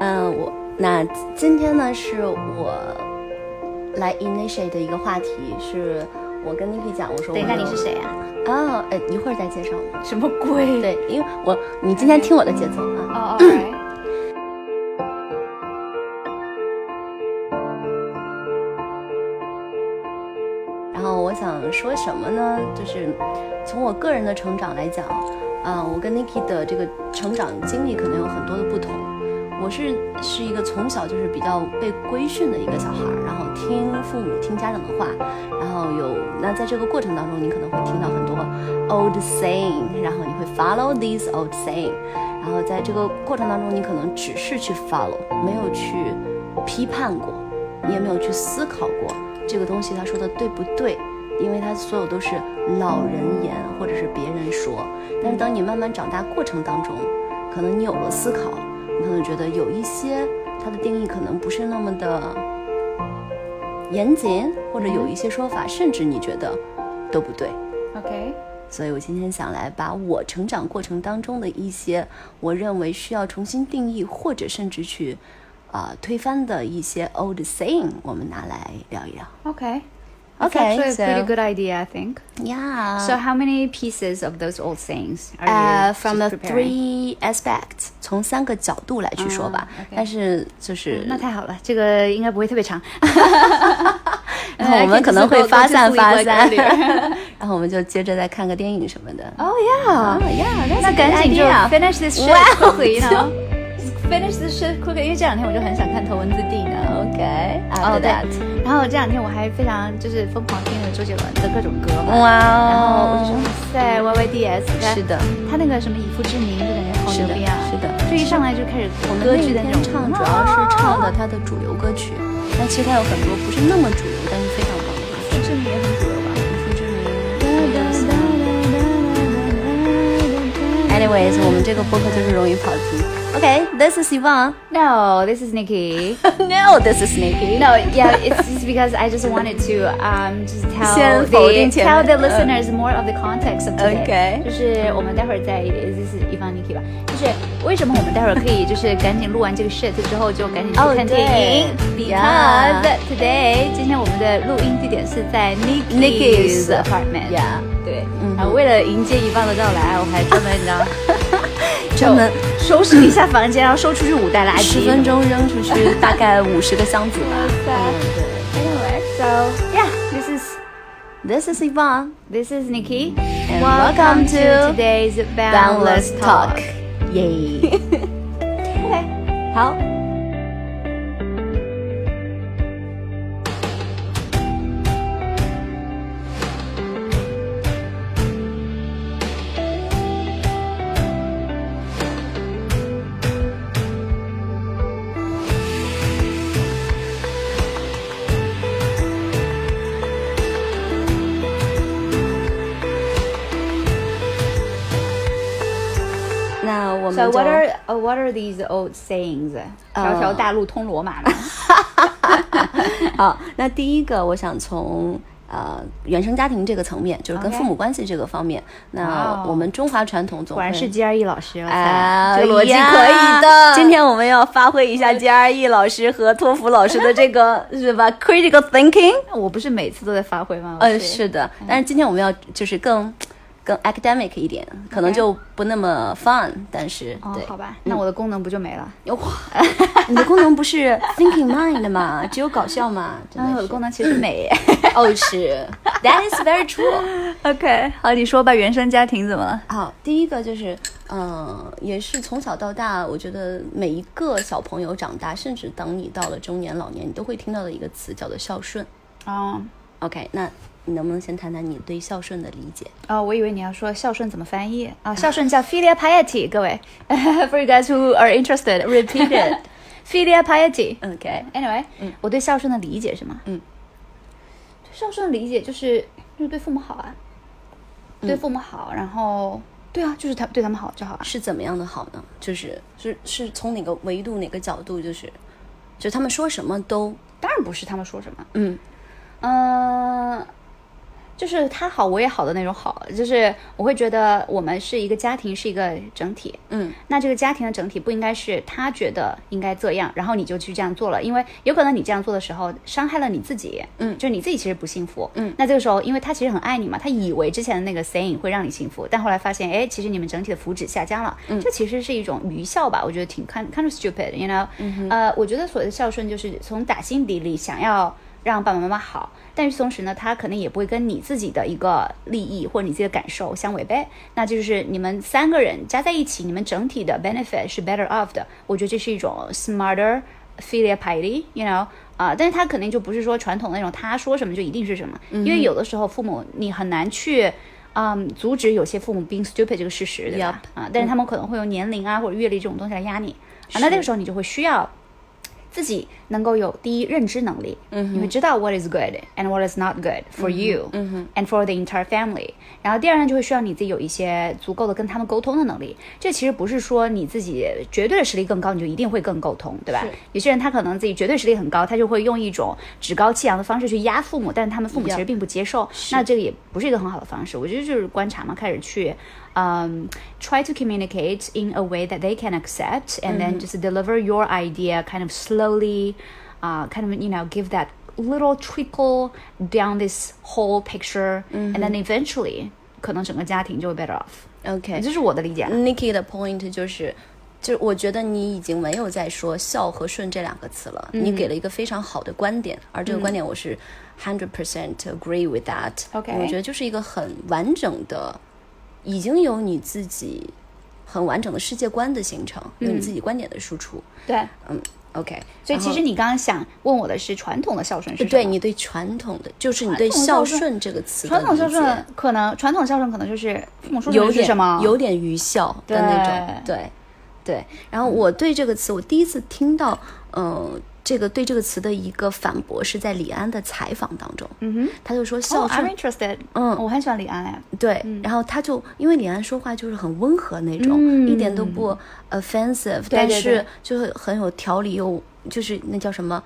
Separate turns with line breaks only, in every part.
嗯那今天呢，是我来 initiate 的一个话题，是我跟 Niki 讲，我说
等一
我
下，
有
你是谁啊？
啊？呃，一会儿再介绍你。
什么鬼？
对，因为我你今天听我的节奏啊。
哦，OK。
然后我想说什么呢？就是从我个人的成长来讲，啊、我跟 Niki 的这个成长经历可能有很多的不同。我是是一个从小就是比较被规训的一个小孩儿，然后听父母、听家长的话，然后有那在这个过程当中，你可能会听到很多 old saying，然后你会 follow these old saying，然后在这个过程当中，你可能只是去 follow，没有去批判过，你也没有去思考过这个东西他说的对不对，因为他所有都是老人言或者是别人说。但是当你慢慢长大过程当中，可能你有了思考，你可能觉得有一些它的定义可能不是那么的严谨，或者有一些说法，甚至你觉得都不对。
OK，
所以我今天想来把我成长过程当中的一些我认为需要重新定义或者甚至去啊、呃推翻的一些 old saying，我们拿来聊一聊。
OK. That's
Okay,
actually a
so-
pretty good idea, I think.
Yeah.
So, how many pieces of those old sayings are
uh,
you
from the
just preparing?
three aspects，从三个角度来去说吧。
嗯，OK 嗯
但是就是，
那太好了，这个应该不会 特别长。
然后我
I
们
can
可能
just
会
go- go
发
to
散
sleep
发
like
散
earlier.
然后我们就接着再看个电影什么的。
Oh yeah.
yeah，
那赶紧就 finish this shit
Wow.
quickly now. Just Finish this shit quickly，因为这两天我就很想看《头文字 D》呢。
OK，
哦
after
对
that，，
然后这两天我还非常就是疯狂听了周杰伦的各种歌嘛，然
哇
后我就说
哦，
哇塞 YYDS，
是的，
他那个什么以父之名就感觉好
是
牛
的
逼啊，
是的
就一上来就开始我们
歌
那
剧
句
的
的
那
那
种唱
种
主要是唱的它的主流歌曲，但其实它有很多不是那么主流，但是非常棒的歌曲。
父之名也很主流吧。
父之名。Anyways，我们这个播客就是容易跑题。OK，this、is Yvonne。
No, this is Nikki.
No, this is Nikki.
No, yeah, it's just because I just wanted to um just tell
先
the
否定前
tell
面
the
嗯
listeners more of the context of today.
Okay
就是我们待会儿再 this is Ivan Nikki 吧。就是为什么我们待会儿可以就是赶紧录完这个 shit 之后就赶紧去
哦
看电影、
对
b e c a u s
Yeah
e today 今天我们的录音地点是在
Nikki's
Nikki's apartment。
Yeah，
对，
嗯
然后为了迎接一棒的到来，我还专门你 知道
专门
就收拾了一下房间，然后收出去五袋垃圾。
十分钟扔出去大概五十个箱子吧。
哇
嗯 对
Anyway, so yeah, this is
This is Yvonne.
This is Nikki.
And welcome to
today's
Boundless
Boundless
Talk.
Talk.
耶。好，那我们
So
就
what are uh, what are these old sayings? 条条大路通罗马 嘛。
好，那第一个我想从呃原生家庭这个层面，就是跟
OK
父母关系这个方面。
哇
那
哦
我们中华传统总
果然
会
是 GRE 老师，哇
哎
塞，这个逻辑
呀
可以的。
今天我们要发挥一 下 GRE 老师和托福老师的这个是吧？critical thinking。
我不是每次都在发挥吗？
呃，是的，
嗯
但是今天我们要就是更更 academic 一点，可能
OK
就不那么 fun，但是
哦
对，，
好吧，那我的功能不就没了？
哇， 你的功能不是 thinking mind 嘛，只有搞笑嘛，真
啊，
的
我的
是。
功能其实美。
哦，是，That is very true。
OK，好，你说吧，原生家庭怎么了？
好，第一个就是，嗯、也是从小到大，我觉得每一个小朋友长大，甚至当你到了中年、老年，你都会听到的一个词叫做孝顺。
哦
OK，那你能不能先谈谈你对孝顺的理解？
哦，我以为你要说孝顺怎么翻译啊？孝顺叫 filial piety，各位 ，for you guys who are interested, repeat it. filial piety.
OK，
Anyway，、我对孝顺的理解是吗？
嗯，
对孝顺的理解就是就是对父母好啊，
嗯
对父母好，然后对啊，就是他对他们好就好啊。
是怎么样的好呢？就是是是从哪个维度、哪个角度？就是就他们说什么都
当然不是他们说什么，
嗯
嗯、就是他好我也好的那种好，就是我会觉得我们是一个家庭，是一个整体。
嗯，
那这个家庭的整体不应该是他觉得应该这样，然后你就去这样做了，因为有可能你这样做的时候伤害了你自己，
嗯
就是你自己其实不幸福，
嗯
那这个时候因为他其实很爱你嘛，他以为之前的那个 saying 会让你幸福，但后来发现，哎，其实你们整体的福祉下降了，
嗯
这其实是一种愚孝吧，我觉得挺 kind kind of stupid，you know，、呃，
嗯
我觉得所谓的孝顺就是从打心底里想要让爸爸妈妈好。但是同时呢，他可能也不会跟你自己的一个利益或者你自己的感受相违背，那就是你们三个人加在一起，你们整体的 benefit 是 better off 的。我觉得这是一种 smarter filial piety，you know 啊、但是他肯定就不是说传统那种他说什么就一定是什么，因为有的时候父母你很难去。嗯，阻止有些父母 being stupid 这个事实，对吧？啊，但是他们可能会用年龄啊或者阅历这种东西来压你啊，那这个时候你就会需要自己能够有第一认知能力，嗯，你会知道 what is good and what is not good for you，嗯 a n d for the entire family。然后第二呢，就会需要你自己有一些足够的跟他们沟通的能力。这其实不是说你自己绝对的实力更高，你就一定会更沟通，对吧
是？
有些人他可能自己绝对实力很高，他就会用一种趾高气扬的方式去压父母，但是他们父母其
Yeah
实并不接受，那这个也不是一个很好的方式。我觉得就是观察嘛，开始去。um, try to communicate in a way that they can accept and then just deliver your idea kind of slowly uh, kind of you know give that little trickle down this whole picture and then eventually 可能整个家庭就会 better off，
OK，
这是我的理解啊。
Nikki 的 point 就是，就是我觉得你已经没有在说孝和顺这两个词了，
嗯
你给了一个非常好的观点，而这个观点我是 hundred percent agree with that。
OK
我觉得就是一个很完整的，已经有你自己很完整的世界观的形成，有
嗯
你自己观点的输出。
对，
嗯，OK，
所以其实你刚刚想问我的是传统的孝顺是什么？
对你对传统的，就是你对
传统
孝
孝顺
顺这个词的
嗯传统孝
理解
顺可能传统孝顺可能就是父母说什么
有
就是
点
什么，
有点愚孝的那种，对对。然后我对这个词，我第一次听到，呃，这个对这个词的一个反驳是在李安的采访当中，
嗯哼，
他就说孝
哦、i
顺
m interested，
嗯
我很喜欢李安哎，
对，然后他就因为李安说话就是很温和那种，一点都不 offensive，
嗯对
但
对
是
对
就是很有条理又。就是那叫什么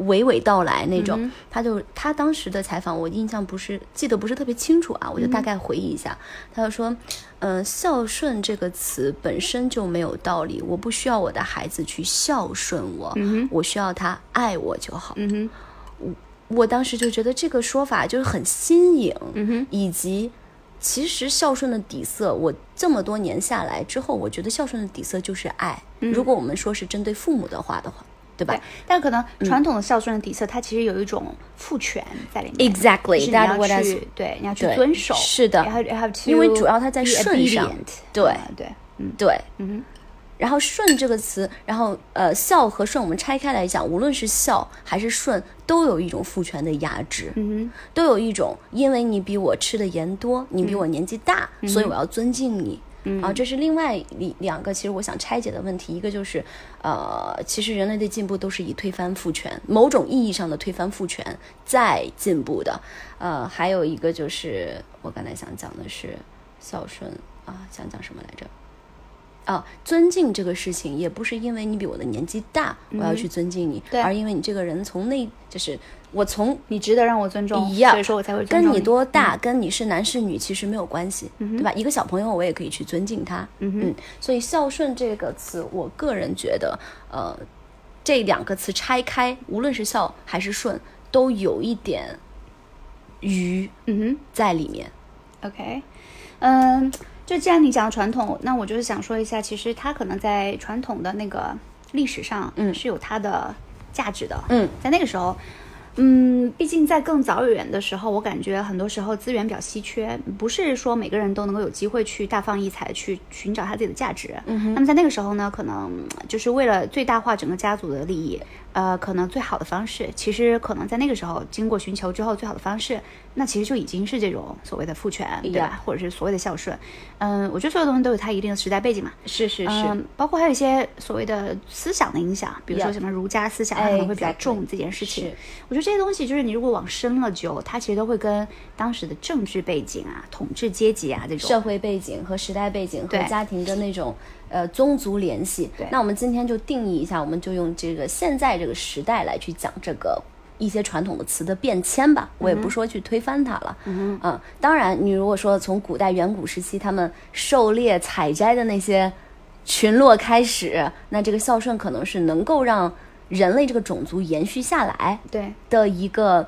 娓娓道来那
嗯
种，他就他当时的采访，我印象不是记得不是特别清楚啊，我就
嗯
大概回忆一下，他就说，呃，孝顺这个词本身就没有道理，我不需要我的孩子去孝顺我，我需要他爱我就好。
嗯哼，
我当时就觉得这个说法就是很新颖，
嗯哼，
以及其实孝顺的底色，我这么多年下来之后，我觉得孝顺的底色就是爱。
嗯
如果我们说是针对父母的话的话，对吧
对，但可能传统的孝顺的底色，它其实有一种父权在里面。就是
？Exactly，
你
that what
要
I
去对，你要去
对
遵守，
是的
you have- you have to
因为主要它在
be
顺上
obedient，
对
啊对，嗯
对。
嗯
然后“顺”这个词，然后呃，孝和顺，我们拆开来讲，无论是孝还是顺，都有一种父权的压制。
哼嗯
都有一种，因为你比我吃的盐多，你比我年纪大，所以我要尊敬你。啊，这是另外一两个，其实我想拆解的问题，一个就是，呃，其实人类的进步都是以推翻父权，某种意义上的推翻父权在进步的，呃，还有一个就是我刚才想讲的是孝顺啊，想讲什么来着？啊，尊敬这个事情也不是因为你比我的年纪大，我要去尊敬你，
对
而因为你这个人从内就是我从
你值得让我尊重，
一样
所以说我才会
跟
尊重
你多大，跟你是男是女其实没有关系，对吧？一个小朋友我也可以去尊敬他，
嗯哼
所以孝顺这个词，我个人觉得，呃，这两个词拆开，无论是孝还是顺，都有一点愚
嗯
在里面。
哼，OK，嗯，就既然你讲到传统，那我就是想说一下，其实它可能在传统的那个历史上，
嗯
是有它的价值的，
嗯
在那个时候，嗯，毕竟在更早远的时候，我感觉很多时候资源比较稀缺，不是说每个人都能够有机会去大放异彩，去寻找他自己的价值。那么在那个时候呢，可能嗯就是为了最大化整个家族的利益，呃，可能最好的方式，其实可能在那个时候经过寻求之后，最好的方式，那其实就已经是这种所谓的父权，对吧或者是所谓的孝顺。嗯，我觉得所有东西都有它一定的时代背景嘛。
是是
嗯，包括还有一些所谓的思想的影响，比如说
Yeah 哎
什么儒家思想，啊它可能会比较
Exactly
重这件事情。
是
我觉得这些东西就是你如果往深了究，它其实都会跟当时的政治背景啊、统治阶级啊这种。
社会背景和时代背景和
对
家庭的那种呃宗族联系
对。
那我们今天就定义一下，我们就用这个现在这个时代来去讲这个一些传统的词的变迁
嗯
吧，我也不说去推翻它了。嗯嗯，当然，你如果说从古代远古时期他们狩猎采摘的那些群落开始，那这个孝顺可能是能够让人类这个种族延续下来
对，
的一个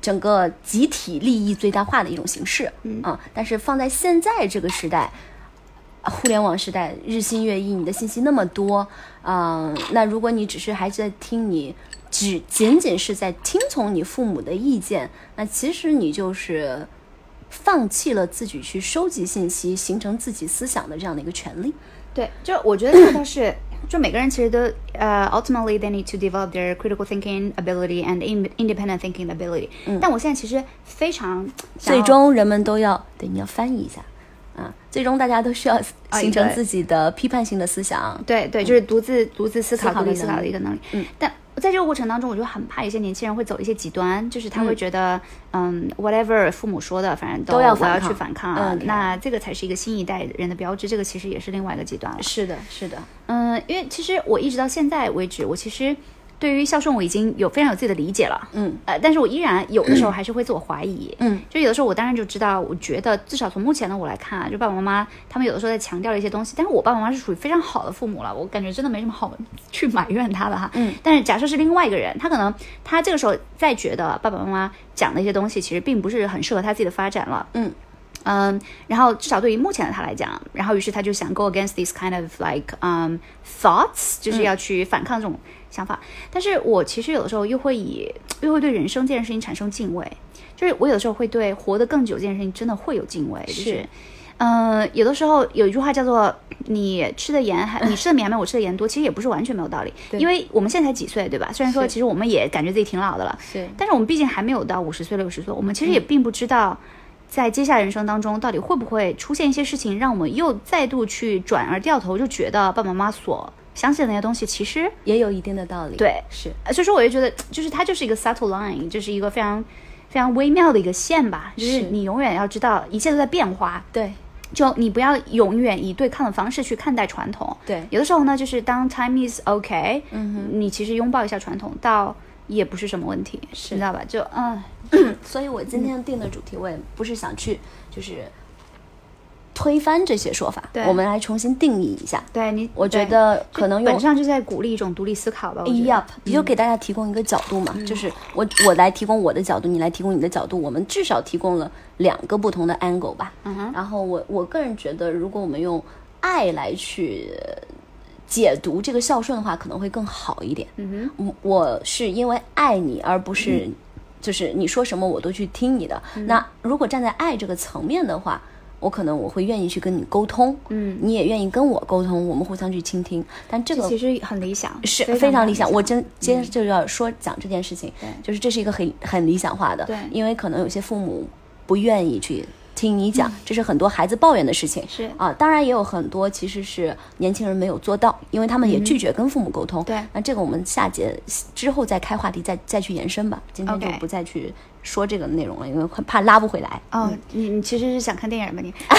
整个集体利益最大化的一种形式。
嗯
啊，但是放在现在这个时代，互联网时代日新月异，你的信息那么多，嗯、那如果你只是还在听你，只仅仅是在听从你父母的意见，那其实你就是放弃了自己去收集信息、形成自己思想的这样的一个权利。
对，就我觉得这个倒是，就每个人其实都呃、ultimately they need to develop their critical thinking ability and in, independent thinking ability、但我现在其实非常想
嗯最
要
终，人们都要对你要翻译一下。啊，最终大家都需要形成
对
自己的批判性的思想，
对对，就是独自、独自思
嗯
考、
思考
独
的
立思
能
考的
力
一个能力。
嗯，
但在这个过程当中，我就很怕有些年轻人会走一些极端，就是他会觉得，嗯 w h a t e v e r 父母说的，反正都
都要
我要
反抗
去反抗、啊
嗯对
那这个才是一个新一代人的标志，这个其实也是另外一个极端了。
是的，是的，
嗯，因为其实我一直到现在为止，我其实对于孝顺我已经有非常有自己的理解了。
嗯，
呃，但是我依然有的时候还是会自我怀疑。
嗯，
就有的时候我当然就知道，我觉得至少从目前的我来看啊，就爸爸妈妈他们有的时候在强调一些东西，但是我爸爸妈妈是属于非常好的父母了，我感觉真的没什么好 去埋怨他的哈。
嗯，
但是假设是另外一个人，他可能他这个时候再觉得爸爸妈妈讲的一些东西其实并不是很适合他自己的发展了。
嗯
嗯，然后至少对于目前的他来讲，然后于是他就想 go against these kind of like um thoughts，就是
嗯
要去反抗这种想法。但是我其实有的时候又会以又会对人生这件事情产生敬畏，就是我有的时候会对活得更久这件事情真的会有敬畏，就是
是。
呃，有的时候有一句话叫做“你吃的盐还你吃的米还没我吃的盐多”，其实也不是完全没有道理，
对
因为我们现在才几岁，对吧？虽然说
是
其实我们也感觉自己挺老的了，
是
但是我们毕竟还没有到五十岁、六十岁，我们其实也并不知道，在接下来人生当中，到底会不会出现一些事情，让我们又再度去转而掉头，就觉得爸爸妈妈所相信的那些东西，其实
也有一定的道理。
对
是，
呃所以说，我就觉得，就是它就是一个 subtle line，就是一个非常非常微妙的一个线吧，就是
是
你永远要知道，一切都在变化，
对，
就你不要永远以对抗的方式去看待传统。
对
有的时候呢，就是当 time is OK，嗯，你其实拥抱一下传统，倒也不是什么问题，
是
你知道吧？就嗯，
所以我今天定的主题，我也不是想去就是推翻这些说法
对，
我们来重新定义一下。
对你，
我觉
对
得可能
本
用
质上就是在鼓励一种独立思考吧。我觉
Yup，
得
啊也就给大家提供一个角度嘛，
嗯
就是我我来提供我的角度，你来提供你的角度，我们至少提供了两个不同的 angle 吧。
嗯哼
然后我我个人觉得，如果我们用爱来去解读这个孝顺的话，可能会更好一点。
嗯
我我是因为爱你，而不是就是你说什么我都去听你的。
嗯
那如果站在爱这个层面的话，我可能我会愿意去跟你沟通，
嗯
你也愿意跟我沟通，我们互相去倾听。但这
哼，
个
这其实很理想，
是
非
非常
理
理想。我真今天就要说讲这件事情，
对
就是这是一个很很理想化的，
对
因为可能有些父母不愿意去听你
嗯
讲，这是很多孩子抱怨的事情。
是
啊，当然也有很多其实是年轻人没有做到，因为他们也拒绝跟父母沟通。
嗯对
那这个我们下节之后再开话题再再去延伸吧，今天就
OK
不再去说这个内容了，因为很怕拉不回来。
哦，你你其实是想看电影吧？你
啊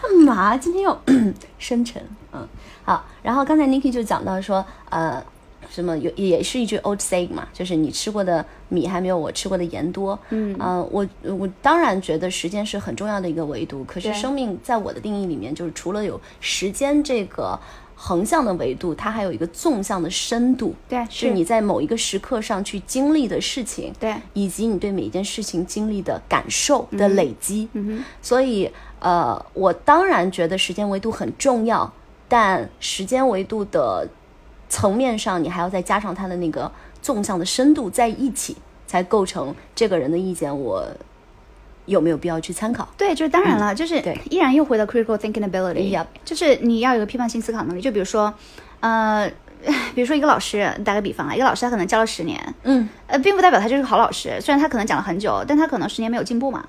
干嘛？嗯今天又 深沉，嗯，好。然后刚才 Niki 就讲到说，呃，什么有也是一句 old saying 嘛，就是你吃过的米还没有我吃过的盐多。
嗯
呃，我我当然觉得时间是很重要的一个维度，可是
对
生命在我的定义里面，就是除了有时间这个横向的维度，它还有一个纵向的深度，
对
是
是
你在某一个时刻上去经历的事情，
对
以及你对每一件事情经历的感受的累积。
嗯
所以呃，我当然觉得时间维度很重要，但时间维度的层面上，你还要再加上它的那个纵向的深度在一起，才构成这个人的意见，我有没有必要去参考？
对，就是当然了，就是
嗯对
依然又回到 critical thinking ability，、
Yep
就是你要有个批判性思考能力。就比如说，呃， 比如说一个老师，打个比方啊，一个老师他可能教了十年，
嗯，
呃，并不代表他就是个好老师，虽然他可能讲了很久，但他可能十年没有进步嘛，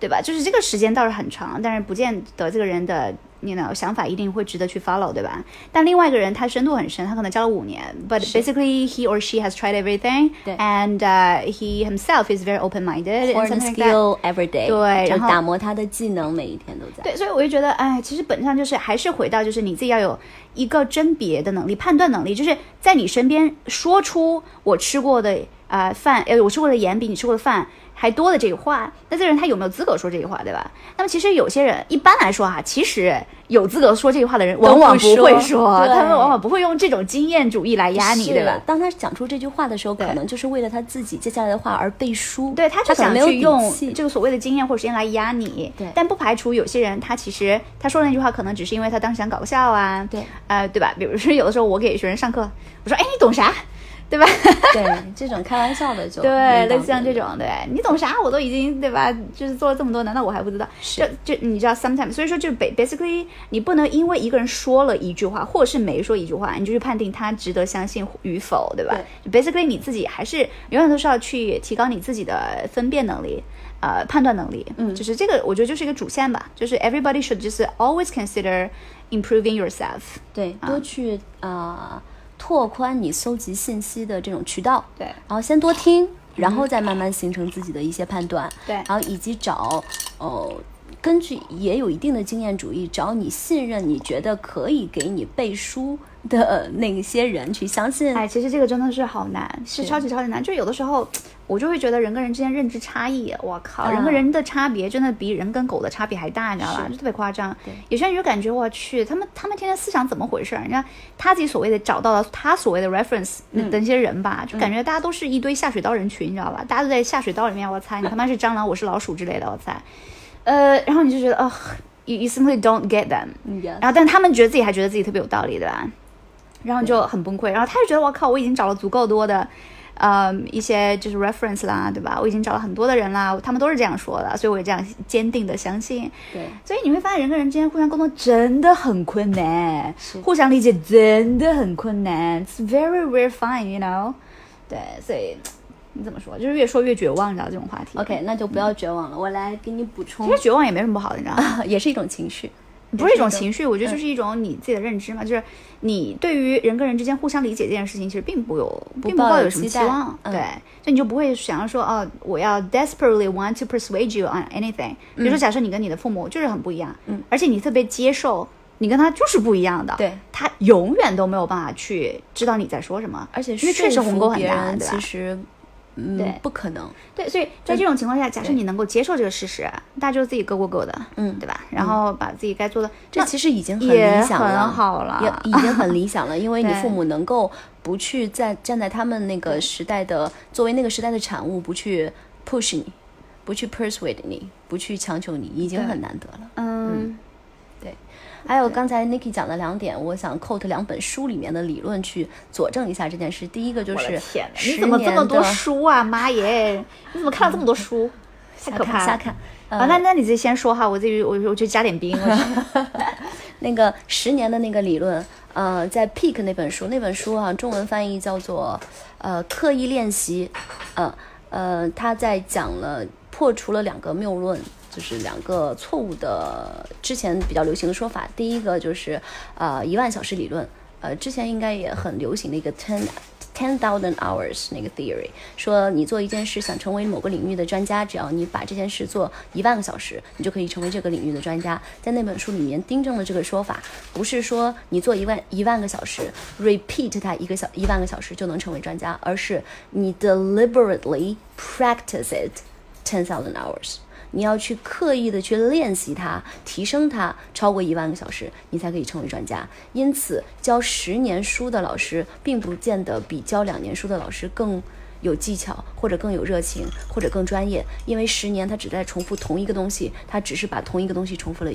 对吧？就是这个时间倒是很长，但是不见得这个人的你 you know 想法一定会值得去 follow，对吧？但另外一个人他深度很深，他可能教了五年，but basically he or she has tried everything，
对
and、uh, he himself is very open-minded，and
Or n
something like that
skill every day，
对
就
然
是
后
打磨他的技能，每一天都在。
对，所以我就觉得，哎，其实本质上就是还是回到就是你自己要有一个甄别的能力、判断能力，就是在你身边说出我吃过的啊、饭，呃，我吃过的盐比你吃过的饭还多的这个话，那这个人他有没有资格说这句话，对吧？那么其实有些人一般来说哈、其实有资格说这句话的人，往往
都
不
不
会
说
说，
对
他们往往不会用这种经验主义来压你，
是
对吧？
当他讲出这句话的时候，
对
可能就是为了他自己接下来的话而背书，
对，他就
可能
想
没有
去用
底气
这个所谓的经验或者时间来压你，
对
但不排除有些人他其实他说的那句话可能只是因为他当时想搞笑啊，
对，
呃，对吧？比如说有的时候我给学生上课，我说，哎，你懂啥？对吧？
对这种开玩笑的就
对，
领导
类似像这
给
种，对你懂啥？我都已经对吧？就是做了这么多，难道我还不知道？
是
就就你知道，sometimes，所以说就 ba- basically，你不能因为一个人说了一句话，或者是没说一句话，你就去判定他值得相信与否，对吧就？basically，你自己还是永远都是要去提高你自己的分辨能力。呃，判断能力，嗯，就是这个，我觉得就是一个主线吧，就是 everybody should just always consider improving yourself。
对，多去啊、呃拓宽你搜集信息的这种渠道，
对嗯
然后先多听，然后再慢慢形成自己的一些判断，
对
然后以及找哦。根据也有一定的经验主义，找你信任、你觉得可以给你背书的那些人去相信。
哎，其实这个真的是好难，是
是
超级超级难。就有的时候，我就会觉得人跟人之间认知差异，我靠，人
啊
跟人的差别真的比人跟狗的差别还大，你知道吧？
是
就特别夸张。有些人就感觉我去，他们他们天天思想怎么回事儿？你看他自己所谓的找到了他所谓的 reference 的那些人吧，就感觉大家都是一堆下水道人群，你知道吧？大家都在下水道里面，我猜你他妈是蟑螂，我是老鼠之类的，我猜。呃，然后你就觉得，哦、y o u you simply don't get them。
Yes
然后但他们觉得自己还觉得自己特别有道理，对吧？然后就很崩溃。然后他就觉得我靠，我已经找了足够多的，呃，一些就是 reference 啦，对吧？我已经找了很多的人啦，他们都是这样说的，所以我也这样坚定的相信。
对，
所以你会发现，人跟人之间互相沟通真的很困难
是，
互相理解真的很困难。It's very rare find，you know？对，所以你怎么说，就是越说越绝望，你知道这种话题。
OK，那就不要绝望了。我来给你补充
其实，绝望也没什么不好的，你知道 吗？
也是一种情绪。
不是一种情绪，我觉得就是一种你自己的认知嘛，就是你对于人跟人之间互相理解这件事情，其实并不有，并不
抱
抱
有
有什么
期
期
待
望，
嗯
对，所以你就不会想要说哦，我要 desperately want to persuade you on anything。比如说，假设你跟你的父母就是很不一样，
嗯
而且你特别接受，你跟他就是不一样的，
对
他永远都没有办法去知道你在说什么，
而且
因为确实
说
鸿
服
沟很
别
大，
人
对吧
其？实，嗯
对，
不可能。
对，所以在这种情况下，假设你能够接受这个事实，大家就自己各过各的，
嗯
对吧？然后把自己该做的，
这
那
其实已经很
也
理想了，
很好了
也已经很理想了，因为你
对
父母能够不去在站在他们那个时代的作为那个时代的产物，不去 push 你，不去 persuade 你，不去强求你，已经很难得了。
嗯
还有刚才 Niki 讲的两点，我想 quote 两本书里面的理论去佐证一下这件事。第一个就
我
是
的天哪，
10
你怎么这么多
年的
书啊？妈耶，你怎么看了这么多 书？太可怕
瞎
了！
看。呃
啊，那那你自己先说哈，我自己我我去加点冰。我去
那个十年的那个理论，呃，在 Peak 那本书，那本书啊，中文翻译叫做呃刻意练习，呃呃，他在讲了破除了两个谬论，就是两个错误的之前比较流行的说法。第一个就是呃一万小时理论，呃之前应该也很流行的一个 ten。Ten thousand hours 那个 theory 说，你做一件事想成为某个领域的专家，只要你把这件事做一万个小时，你就可以成为这个领域的专家。在那本书里面订正了这个说法，不是说你做一万一万个小时，repeat 它一个小一万个小时就能成为专家，而是你 deliberately practice it ten thousand hours。你要去刻意的去练习它，提升它，超过一万个小时，你才可以成为专家。因此，教十年书的老师，并不见得比教两年书的老师更有技巧，或者更有热情，或者更专业。因为十年他只在重复同一个东西，他只是把同一个东西重复了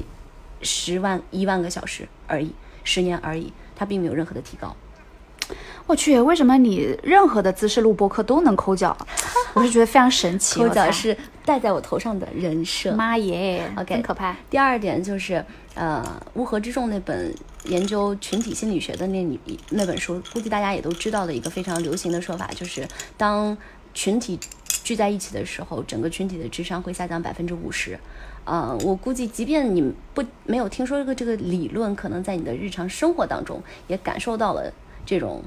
十万一万个小时而已，十年而已，他并没有任何的提高。
我去，为什么你任何的姿势录播课都能抠 脚？啊我是觉得非常神奇。
抠
我
脚
操
是戴在我头上的人设。
妈耶
OK
真可怕。
第二点就是，呃，乌合之众那本研究群体心理学的那里那本书，估计大家也都知道的一个非常流行的说法，就是当群体聚在一起的时候，整个群体的智商会下降百分之五十。呃，我估计，即便你不没有听说过这个理论，可能在你的日常生活当中也感受到了这种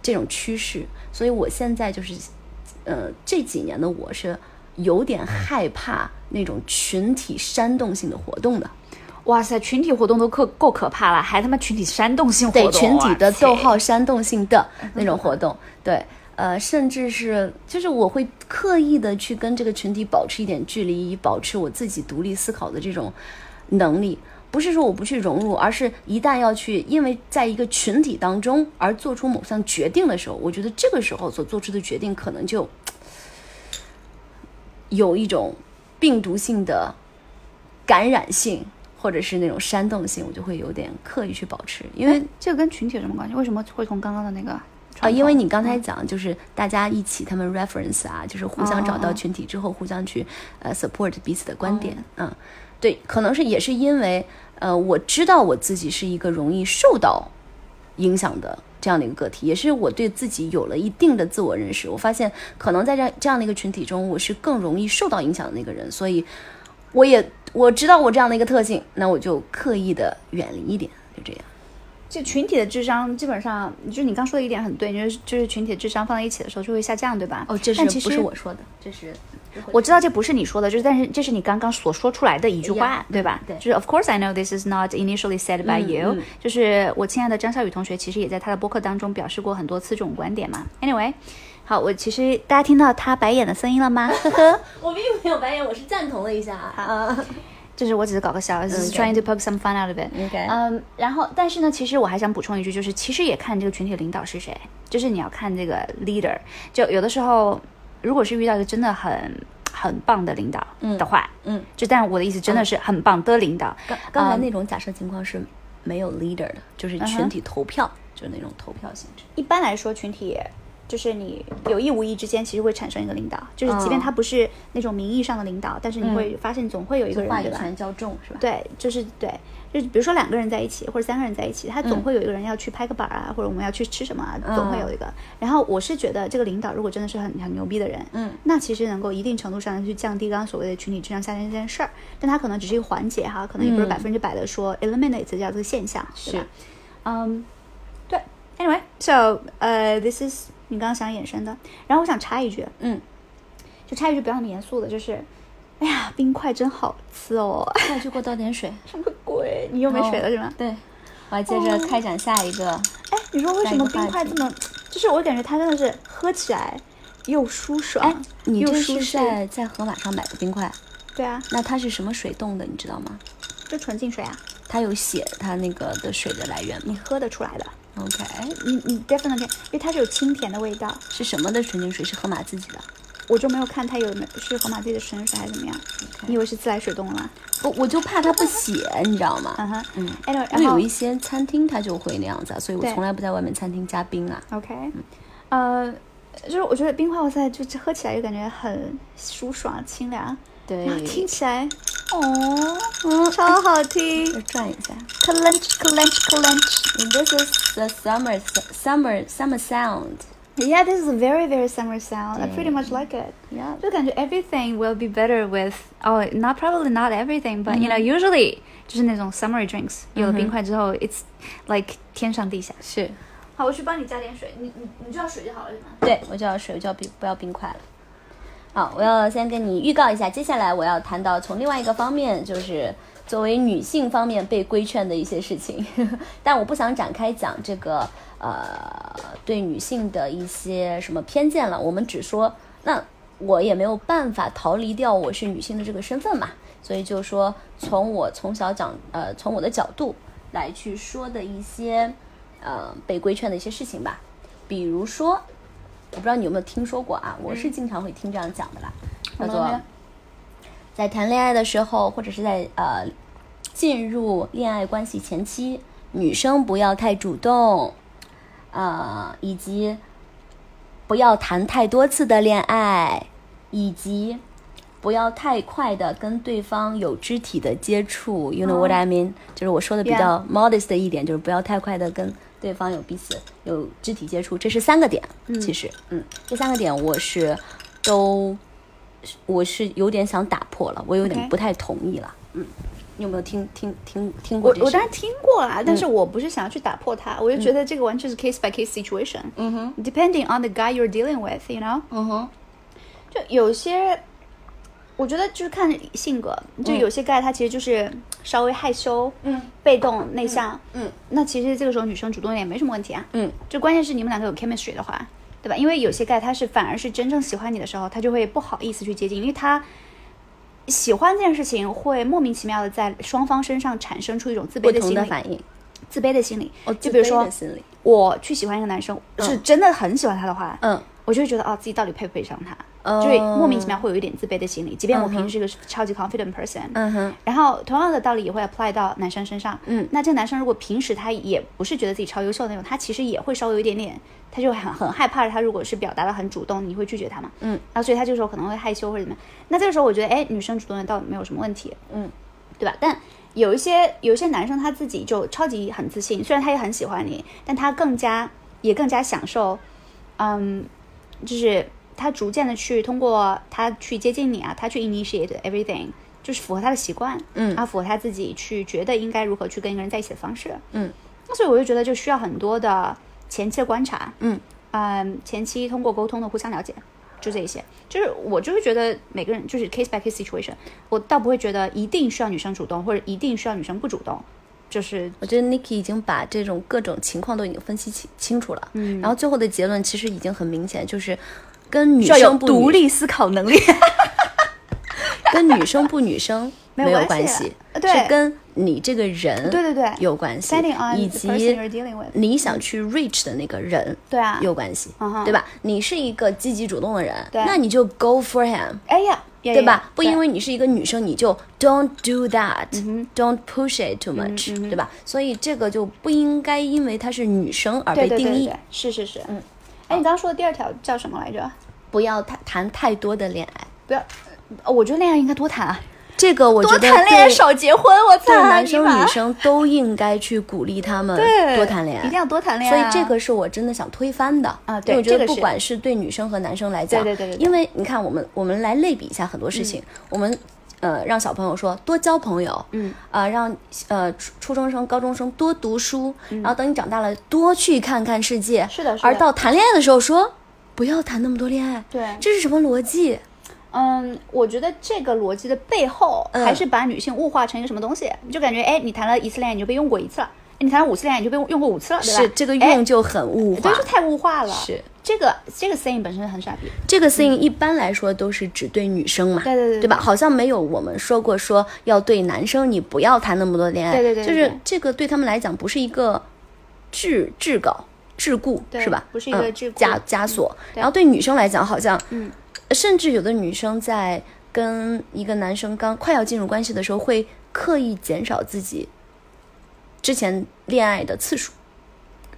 这种趋势。所以我现在就是，呃，这几年的我是有点害怕那种群体煽动性的活动的，
哇塞，群体活动都可够可怕了，还他妈群体煽动性活啊
对
动。
群体的
哇塞
逗号煽动性的那种活动，对。呃，甚至是就是我会刻意的去跟这个群体保持一点距离，以保持我自己独立思考的这种能力。不是说我不去融入，而是一旦要去，因为在一个群体当中而做出某项决定的时候，我觉得这个时候所做出的决定可能就有一种病毒性的感染性，或者是那种煽动性，我就会有点刻意去保持，因为。
这个跟群体有什么关系？为什么会从刚刚的那个
啊，
传
因为
统
你刚才讲就是大家一起，他们 reference 啊，就是互相找
哦哦
到
哦
群体之后，互相去呃 support 彼此的观点，嗯，对，可能是也是因为呃，我知道我自己是一个容易受到影响的这样的一个个体，也是我对自己有了一定的自我认识。我发现可能在这样这样的一个群体中，我是更容易受到影响的那个人，所以我也我知道我这样的一个特性，那我就刻意的远离一点，就这样。
这群体的智商基本上，就是你刚说的一点很对，就是就是群体的智商放在一起的时候就会下降，对吧？
哦
但其实
说的，这是
我知道这不是你说的，就是但是这是你刚刚所说出来的一句话
Yeah，
对吧？
哎对
就是 Of course I know this is not initially said by
嗯
you，、
嗯
就是我亲爱的张小雨同学，其实也在他的播客当中表示过很多次这种观点嘛。Anyway，好，我其实大家听到他白眼的声音了吗？呵呵，
我并没有白眼，我是赞同了一下啊。
就是我只是搞个笑，只是
OK
trying to poke some fun out of it。
OK
嗯，然后但是呢，其实我还想补充一句，就是其实也看这个群体领导是谁，就是你要看这个 leader。就有的时候，如果是遇到一个真的很很棒的领导的话，
嗯嗯嗯
就但我的意思真的是很棒的领导，嗯
刚刚才那种假设情况是没有 leader 的，就是群体投票，就是那种投票性质。
一般来说，群体就是你有意无意之间，其实会产生一个领导，就是即
嗯
便他不是那种名义上的领导，但是你会发现总会有一个人，对吧？
较重是吧？
对，就是对，就是比如说两个人在一起，或者三个人在一起，他
嗯
总会有一个人要去拍个板儿啊，或者我们要去吃什么啊，总会有一个。然后我是觉得这个领导如果真的是很很牛逼的人，
嗯，
那其实能够一定程度上去降低刚刚所谓的群体智商下降这件事儿，但他可能只是一个环节哈，可能也不是
嗯
百分之百的说 eliminate 这样的现象，对吧
是？
嗯，对。Anyway，so 呃、t h i s is 你刚刚想衍生的，然后我想插一句，
嗯，
就插一句不要那么严肃的，就是，哎呀，冰块真好吃哦。
那就给我倒点水。
什么鬼？你又没水了是吗？
对，我要接着开展下一个。
哎，你说为什么
下一个话题
冰块这么？就是我感觉它真的是喝起来又舒爽，
哎，你
又
这
舒
是
适。
在在盒马上买的冰块，
对啊，
那它是什么水冻的，你知道吗？
就纯净水啊，
它有写它那个的水的来源吗
你喝得出来的。
？OK，
你
嗯
你 definitely，因为它是有清甜的味道，
是什么的纯净水？是盒马自己的。
我就没有看它有没有是河马自己的纯净水还是怎么样。你以为是自来水冻了？
我我就怕它不写，你知道吗？
嗯哼，
嗯
，anyway，
因为
然
有
后
一些餐厅它就会那样子啊，所以我
对
从来不在外面餐厅加冰啊。
OK，呃，就是我觉得冰块，哇塞，就就喝起来就感觉很舒爽、清凉，
对
然后听起来，哦，
嗯
超好听。
再转一下。
Clench, clench, clench.
This is the summer summer summer sound.
Yeah, this is a very, very summer sound. I pretty much like it.
Yeah.
就感觉 everything will be better with, oh, not probably not everything, but you know, usually 就是那种 summer drinks，有了冰块之后，it's like 天上地下。
是。
好，我去帮你加点水，你你你就要水就好了，是吗？
对，我就要水，我就要冰，不要冰块了。好，我要先跟你预告一下，接下来我要谈到从另外一个方面，就是作为女性方面被规劝的一些事情， 但我不想展开讲这个呃对女性的一些什么偏见了，我们只说那我也没有办法逃离掉我是女性的这个身份嘛，所以就说从我从小讲呃从我的角度来去说的一些呃被规劝的一些事情吧，比如说我不知道你有没有听说过啊，我是经常会听这样讲的啦，叫
嗯好
做
的
在谈恋爱的时候，或者是在呃进入恋爱关系前期，女生不要太主动，呃，以及不要谈太多次的恋爱，以及不要太快的跟对方有肢体的接触。You know what I mean？、就是我说的比较 modest 一点，就是不要太快的跟对方有彼此有肢体接触。这是三个点，其实，嗯，这三个点我是都我是有点想打破了，我有点
OK
不太同意了。嗯，你有没有听听听听过
我
这
我
事
当然听过啦，但是我不是想要去打破它，我就觉得这个完全是 case by case situation，嗯哼，depending on the guy you're dealing with，you know，
嗯哼，
就有些，我觉得就是看性格，就
嗯
有些 guy 他其实就是稍微害羞，嗯，被动内向，
嗯嗯
那其实这个时候女生主动一点也没什么问题啊，
嗯，
就关键是你们两个有 chemistry 的话，对吧？因为有些 gay 他是反而是真正喜欢你的时候，他就会不好意思去接近，因为他喜欢这件事情会莫名其妙的在双方身上产生出一种自
不
卑的
同
心
的
理，
反应。
自卑的心理。
哦，
就比如
自卑
说
的心理，
我去喜欢一个男生，
嗯
是真的很喜欢他的话，
嗯，
我就会觉得哦，自己到底配不配上他，
哦
就会莫名其妙会有一点自卑的心理。即便我
嗯哼
平时是个超级 confident person，
嗯哼，
然后同样的道理也会 apply 到男生身上。
嗯
那这个男生如果平时他也不是觉得自己超优秀的那种，他其实也会稍微有一点点，他就很很害怕。他如果是表达的很主动，你会拒绝他嘛？
嗯，
然后所以他这个时候可能会害羞或者怎么样。那这个时候我觉得，哎，女生主动的倒没有什么问题，
嗯，
对吧？但有一些有一些男生他自己就超级很自信，虽然他也很喜欢你，但他更加也更加享受，嗯，就是他逐渐的去通过他去接近你啊，他去 initiate everything，就是符合他的习惯，
嗯
啊，符合他自己去觉得应该如何去跟一个人在一起的方式，
嗯，
那所以我就觉得就需要很多的前期的观察，
嗯
嗯，前期通过沟通的互相了解，就这一些。就是我就会觉得每个人就是 case by case situation，我倒不会觉得一定需要女生主动，或者一定需要女生不主动，就是
我觉得 Niki 已经把这种各种情况都已经分析清清楚了，
嗯
然后最后的结论其实已经很明显，就是跟女
需要有
生不女
独立思考 能力。
跟女生不女生
没
没
有
有
关
关
系呃
系，
对
是跟你这个人
对对对
有关系
Depending on，the
以
person
及
you're dealing with
你想去 reach 的那个人
对啊，
有关系
嗯哼，
对吧？你是一个积极主动的人，
对
那你就 go for him。
哎呀，呀
对
呀
吧？不因
对啊嗯
为你是一个女生，你就 don't do that，don't push it too much，对吧？所以这个就不应该因为她是女生而被
对对
定
对
义
对，，是是是，嗯。哎，你刚刚说的第二条叫什么来着？
不要谈谈太多的恋爱。
不要，呃我觉得恋爱应该多谈啊，
这个我觉
多
得
谈恋爱
对
少结婚，我操，
对男生
尼玛
女生都应该去鼓励他们
对
多谈恋爱，
一定要多谈恋
所
爱
以
啊，
这个是我真的想推翻的因
啊
为
对
我觉
这
得
个
不
是
管是对女生和男生来讲，
对对对对对
因为你看我们我们来类比一下很多事情，我们呃让小朋友说多交朋友，
嗯，
呃让呃初初中生、高中生多读书，然后等你长大了多去看看世界，
嗯是的是的
而到谈恋爱的时候说不要谈那么多恋爱，
对
这是什么逻辑？
嗯，我觉得这个逻辑的背后，
嗯
还是把女性物化成一个什么东西，就感觉哎，你谈了一次恋爱你就被用过一次了，哎你谈了五次恋爱你就被用用过五次了，对吧？
是这个
哎
用就很物化
对，就，太物化了。
是
这个这个 saying 本身很傻逼，
这个 thing 一般来说都是只对女生嘛，
嗯对对对对
吧？好像没有我们说过说要对男生你不要谈那么多恋爱，
对对对对
就是
对
这个对他们来讲不是一个制制稿桎梏
对
是吧？
不是一个
嗯
桎梏
枷枷锁。然后对女生来讲，好像呃
嗯，
甚至有的女生在跟一个男生刚快要进入关系的时候，会刻意减少自己之前恋爱的次数，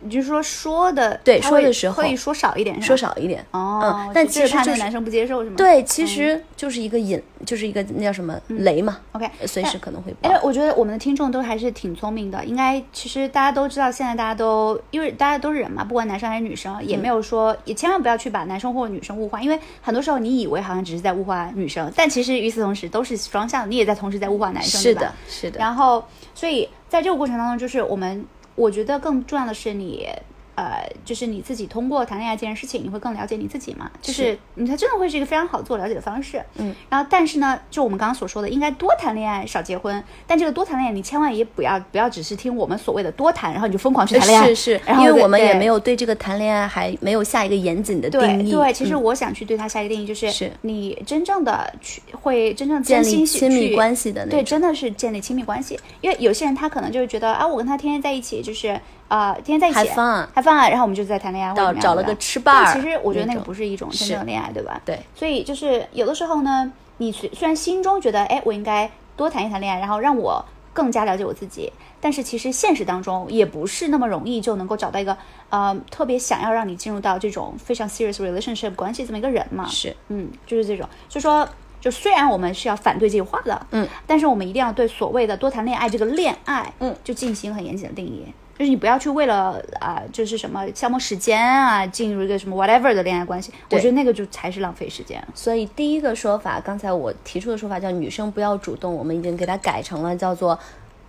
你就是说说的
对
他
说
会
的时候
会说少一点，
说
是吧
少一点。
嗯哦，
嗯但
就这
其
是
实
怕
就
那个
是
男生不接受是吗？
对，其实就是一个引，就是一个那叫什么
嗯
雷嘛，
，OK，
呃随时可能会爆
哎。，我觉得我们的听众都还是挺聪明的，应该其实大家都知道，现在大家都因为大家都是人嘛，不管男生还是女生，也没有说、也千万不要去把男生或者女生物化，因为很多时候你以为好像只是在物化女生，但其实与此同时都是双向的，你也在同时在物化男生，
是
对
的
吧，
是的，
然后，所以在这个过程当中，就是我们，我觉得更重要的是你，呃，就是你自己通过谈恋爱这件事情，你会更了解你自己嘛？就是
是
你才真的会是一个非常好做了解的方式。
嗯，
然后但是呢，就我们刚刚所说的，应该多谈恋爱，少结婚。但这个多谈恋爱，你千万也不要不要只是听我们所谓的多谈，然后你就疯狂去谈恋爱。
呃是是，
然
因为
后对
我们也
对
没有对这个谈恋爱还没有下一个严谨的定
对
义。
对，其实
嗯
我想去对他下一个定义，就是
是
你真正的去会真正
建
真心
立
去
亲密
去
关系的那
对，
种
真的是建立亲密关系。因为有些人他可能就是觉得啊，我跟他天天在一起，就是啊、呃天天在一起
还放啊
还放啊，然后我们就在谈恋爱，或者
到
怎么样
找了
对吧
个吃伴儿
但其实我觉得
那
那个
种
不是一种真
是
正的恋爱，对吧？。
对
所以就是有的时候呢，你虽虽然心中觉得哎，我应该多谈一谈恋爱，然后让我更加了解我自己，但是其实现实当中也不是那么容易就能够找到一个呃特别想要让你进入到这种非常 serious relationship 关系这么一个人嘛。
是
嗯，就是这种，就说，就虽然我们是要反对这句话的，
嗯，
但是我们一定要对所谓的多谈恋爱这个恋爱，
嗯，
就进行很严谨的定义，就是你不要去为了啊、就是什么消磨时间啊，进入一个什么 whatever 的恋爱关系，我
对
觉得那个就才是浪费时间。
所以第一个说法，刚才我提出的说法叫女生不要主动，我们已经给它改成了叫做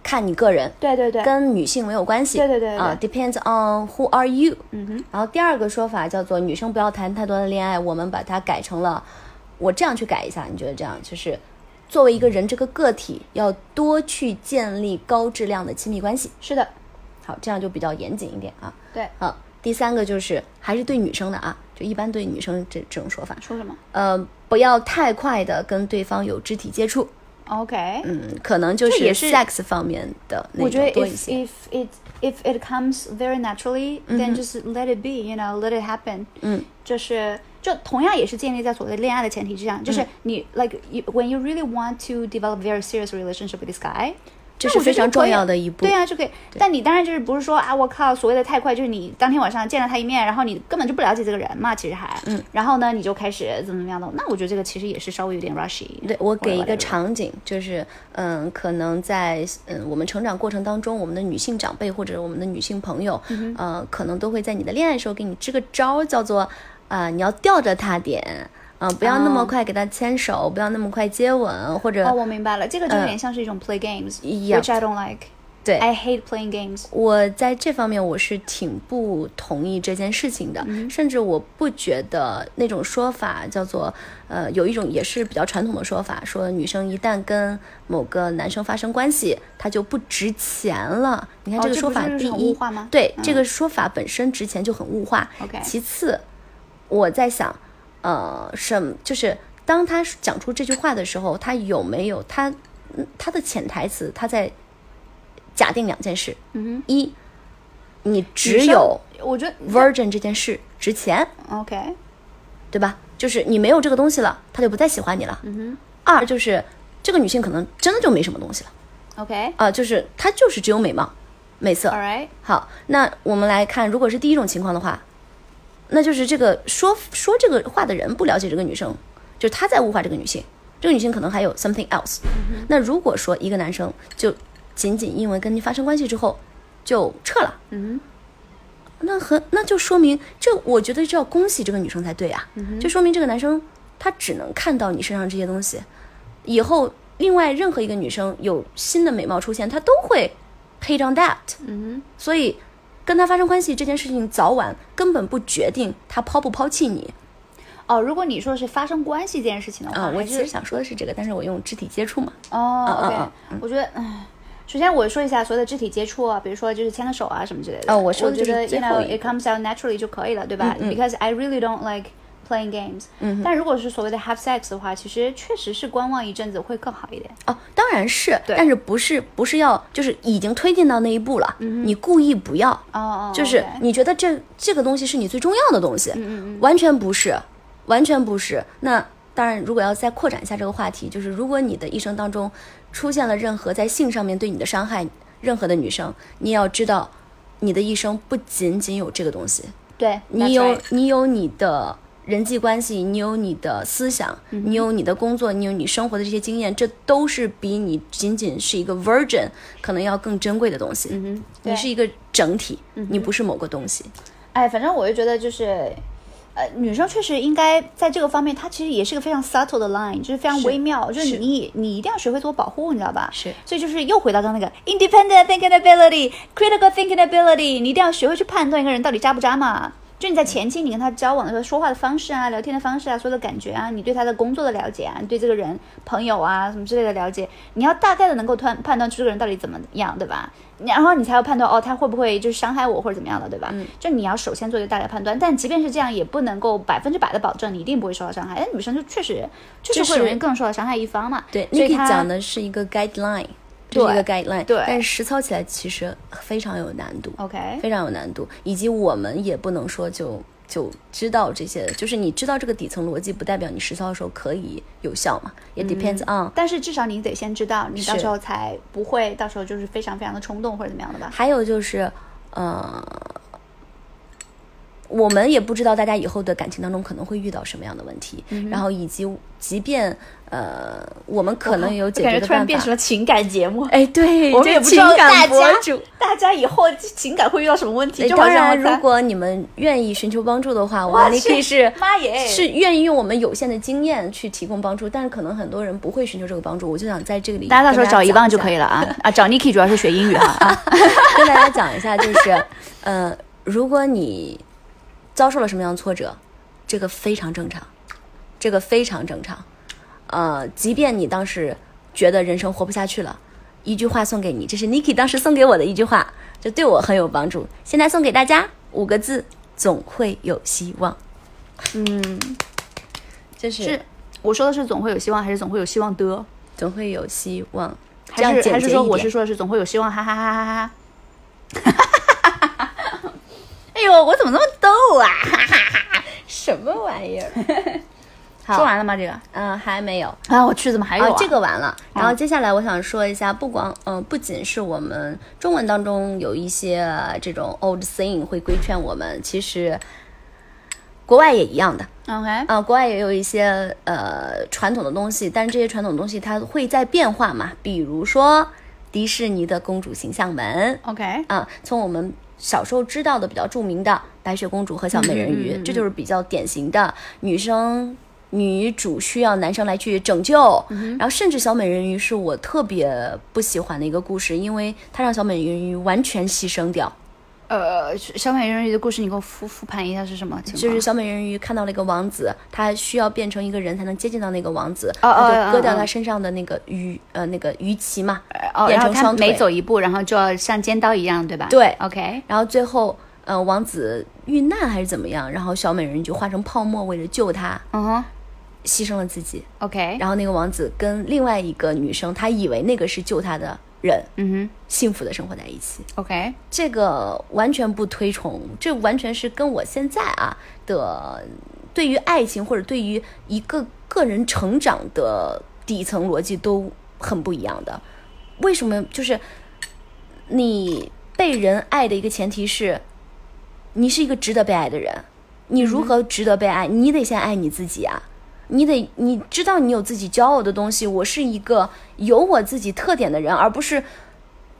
看你个人，
对对对，
跟女性没有关系。
对对对对
啊，depends on who are you。
嗯哼，
然后第二个说法叫做女生不要谈太多的恋爱，我们把它改成了，我这样去改一下，你觉得这样就是，作为一个人这个个体，要多去建立高质量的亲密关系。
是的，
好，这样就比较严谨一点啊。
对，
好，第三个就是还是对女生的啊，就一般对女生这这种说法，
说什么
呃，不要太快的跟对方有肢体接触，
？OK，
嗯，可能就
这也
是
是
sex 方面的那
我觉得
种多一
if
些。
if it if it comes very naturally, then just let it be, you know, let it happen.
嗯，
就是就同样也是建立在所谓的恋爱的前提之上，就是你 like you, when you really want to develop very serious relationship with this guy，
这
那
是
我
非
觉得
常
就可
重
以
要的一步
对啊，就可以。但你当然就是不是说啊，我靠，所谓的太快，就是你当天晚上见了他一面，然后你根本就不了解这个人嘛，其实还，嗯，然后呢，你就开始怎么怎么样的，那我觉得这个其实也是稍微有点 rushy。
对我给一
whatever
个场景，就是嗯，可能在嗯我们成长过程当中，我们的女性长辈或者我们的女性朋友，
嗯
呃，可能都会在你的恋爱的时候给你支个招儿，叫做啊、你要吊着他点，嗯、不要那么
哦
快给他牵手，不要那么快接吻，或者、
哦，我明白了，这个就
嗯
有点像是一种 play games，which、
Yeah
I don't like。
对
I hate playing games。
我在这方面我是挺不同意这件事情的，
嗯
甚至我不觉得那种说法叫做，呃，有一种也是比较传统的说法，说女生一旦跟某个男生发生关系，她就不值钱了。你看
哦
这个
这
说
不
法
是
第
很
一，
物化吗
对、
嗯
这个说法本身值钱就很物化。
OK
其次，我在想，呃，什么就是当他讲出这句话的时候，他有没有他嗯他的潜台词，他在假定两件事，
嗯
一，你
哼，
只有
女生我觉得
virgin 这件事值钱，
OK，
对吧？就是你没有这个东西了，他就不再喜欢你了。
嗯
二就是这个女性可能真的就没什么东西了
哼，OK，All、
啊、就是她就是只有美貌、美色。
right，
好，那我们来看，如果是第一种情况的话，那就是这个说说这个话的人不了解这个女生，就是他在物化这个女性，这个女性可能还有 something else。那如果说一个男生就仅仅因为跟你发生关系之后就撤了，
嗯
那很那就说明这，我觉得这要恭喜这个女生才对啊，就说明这个男生他只能看到你身上这些东西，以后另外任何一个女生有新的美貌出现，他都会 hate on that，
哼，嗯
所以跟他发生关系这件事情早晚根本不决定他抛不抛弃你
哼，哦，如果你说是发生关系这件事情的话，
啊、我
还
其实
是
想说的是这个，但是我用肢体接触嘛，
哦
嗯
，OK，、
嗯
我觉得，唉，首先我说一下所有的肢体接触啊，比如说就是牵个手啊什么之类的。
哦我说的
觉
就是
得
最
you
后
know
一嗯
it comes out naturally 就可以了，对吧、b e c a u s e I really don't like playing games、但如果是所谓的 have sex 的话，其实确实是观望一阵子会更好一点。
哦，当然是，
对
但是不是不是要就是已经推进到那一步了，你故意不要，
哦哦，
就是
，OK
你觉得这这个东西是你最重要的东西，完全不是，完全不是。那当然，如果要再扩展一下这个话题，就是如果你的一生当中出现了任何在性上面对你的伤害，任何的女生，你也要知道，你的一生不仅仅有这个东西，
对，
你
that's
有
right
你有你的人际关系，你有你的思想，
嗯
你有你的工作，你有你生活的这些经验，这都是比你仅仅是一个 virgin 可能要更珍贵的东西。
嗯对嗯
你是一个整体，你不是某个东西。
哎，反正我就觉得就是，呃，女生确实应该在这个方面，她其实也是个非常 subtle 的 line，就是非常
是
微妙，就是
是
你你一定要学会自我保护，你知道吧？
是
所以就是又回到刚那个 independent thinking ability、critical thinking ability，你一定要学会去判断一个人到底渣不渣嘛。就你在前期你跟他交往的时候，说话的方式啊、聊天的方式啊、所有的感觉啊，你对他的工作的了解啊，你对这个人、朋友啊什么之类的了解，你要大概的能够判判断出这个人到底怎么样，对吧？然后你才要判断哦，他会不会就是伤害我或者怎么样的，对吧？
嗯
就你要首先做一个大概判断，但即便是这样，也不能够百分之百的保证你一定不会受到伤害。但哎女生就确实就是
就是
会容易更受到伤害一方嘛。
对
所以
Niki
她
讲的是一个 guideline，这是一个 guideline，
对
但是实操起来其实非常有难度。
OK，
非常有难度，以及我们也不能说就就知道这些，就是你知道这个底层逻辑，不代表你实操的时候可以有效嘛，
嗯
也 depends on、
但是至少你得先知道，你到
是
时候才不会到时候就是非常非常的冲动或者怎么样的吧？
还有就是，呃，我们也不知道大家以后的感情当中可能会遇到什么样的问题，
嗯
然后以及即便呃，我们可能有解
感
决
觉
的
突然
办
变成
法。
了情感节目。
哎，对，
我们
这
也不知
情
道
感
大
博
家
主
大家以后情感会遇到什么问题？
对，
就
当
好像
然，
我
如
在
果你们愿意寻求帮助的话，我
哇
们 n i
去
k 是
妈哎耶
是愿意用我们有限的经验去提供帮助，但是可能很多人不会寻求这个帮助，我就想在这个里
大家到时候找一
帮
棒就可以了啊啊！找 Niki 主要是学英语啊啊！
跟大家讲一下，就是呃，如果你遭受了什么样的挫折，这个非常正常，这个非常正常。呃，即便你当时觉得人生活不下去了，一句话送给你，这是 Niki 当时送给我的一句话，这对我很有帮助。现在送给大家五个字：总会有希望。
嗯，
就是
是我说的是总会有希望，还是总会有希望的？
总会有希望。这样
还是
简
还是
洁
说
一
我
点
是说的是总会有希望？哈哈哈哈哈哈！ 哎呦，我怎么那么逗啊？
什么玩意儿？好，
说完了吗？这个
嗯、还没有。
啊，我去，怎么还有
啊，这
个
个完了。然后接下来我想说一下，不光嗯、呃不仅是我们中文当中有一些、呃这种 old saying 会规劝我们，其实国外也一样的。
OK，
啊、国外也有一些呃传统的东西，但是这些传统东西它会在变化嘛。比如说迪士尼的公主形象门，
OK，
啊，从我们小时候知道的比较著名的白雪公主和小美人
嗯
鱼，这就是比较典型的女生女主需要男生来去拯救。
嗯
然后，甚至小美人鱼是我特别不喜欢的一个故事，因为它让小美人鱼完全牺牲掉，
呃，小美人鱼的故事你给我复复盘一下是什么情况？
就是小美人鱼看到了一个王子，她需要变成一个人才能接近到那个王子，
哦哦
她就割掉
哦哦
她身上的那个鱼呃那个鱼鳍嘛，
哦，
变
然后
成
他
双腿
每走一步，然后就要像尖刀一样，对吧？哦
对
，OK，
然后最后。呃，王子遇难还是怎么样？然后小美人鱼就化成泡沫，为了救他，
嗯哼
牺牲了自己。
，OK，
然后那个王子跟另外一个女生，他以为那个是救他的人，
嗯
幸福的生活在一起。
哼，OK，
这个完全不推崇，这完全是跟我现在啊的对于爱情或者对于一个个人成长的底层逻辑都很不一样的。为什么？就是你被人爱的一个前提是，你是一个值得被爱的人。你如何值得被爱？你得先爱你自己啊！你得你知道你有自己骄傲的东西。我是一个有我自己特点的人，而不是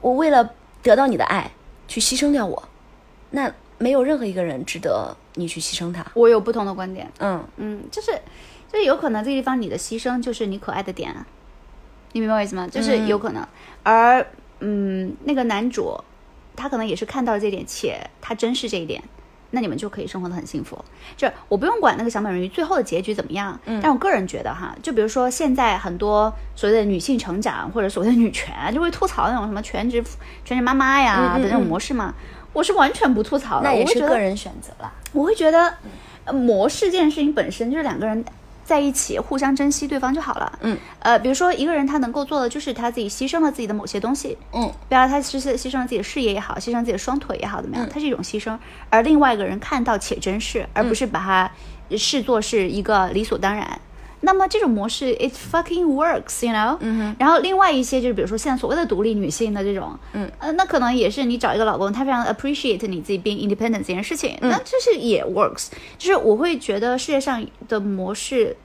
我为了得到你的爱去牺牲掉我。那没有任何一个人值得你去牺牲他。
我有不同的观点，
嗯，
嗯，就是就是有可能这个地方你的牺牲就是你可爱的点啊，你明白我意思吗？就是有可能，而嗯，那个男主他可能也是看到了这一点，且他珍视这一点。那你们就可以生活的很幸福。就我不用管那个小美人鱼最后的结局怎么样，
嗯
但我个人觉得哈，就比如说现在很多所谓的女性成长或者所谓的女权，啊就会吐槽那种什么全职全职妈妈呀的那种模式嘛，我是完全不吐槽
嗯
的。
那也
啊我会
是
觉得
个人选择啦。
我会觉得呃模式这件事情本身就是两个人在一起互相珍惜对方就好了。
嗯，
呃，比如说一个人他能够做的就是他自己牺牲了自己的某些东西，
嗯
比方说他牺牲牺牲了自己的事业也好，牺牲自己的双腿也好，怎么样？它是一种牺牲，而另外一个人看到且珍视，而不是把它视作是一个理所当然。那么这种模式，it fucking works，you know。嗯然后另外一些就是，比如说现在所谓的独立女性的这种，嗯，呃，那可能也是你找一个老公，他非常 appreciate 你自己 being independent 这件事情，
嗯
那这是也 works。就是我会觉得世界上的模式，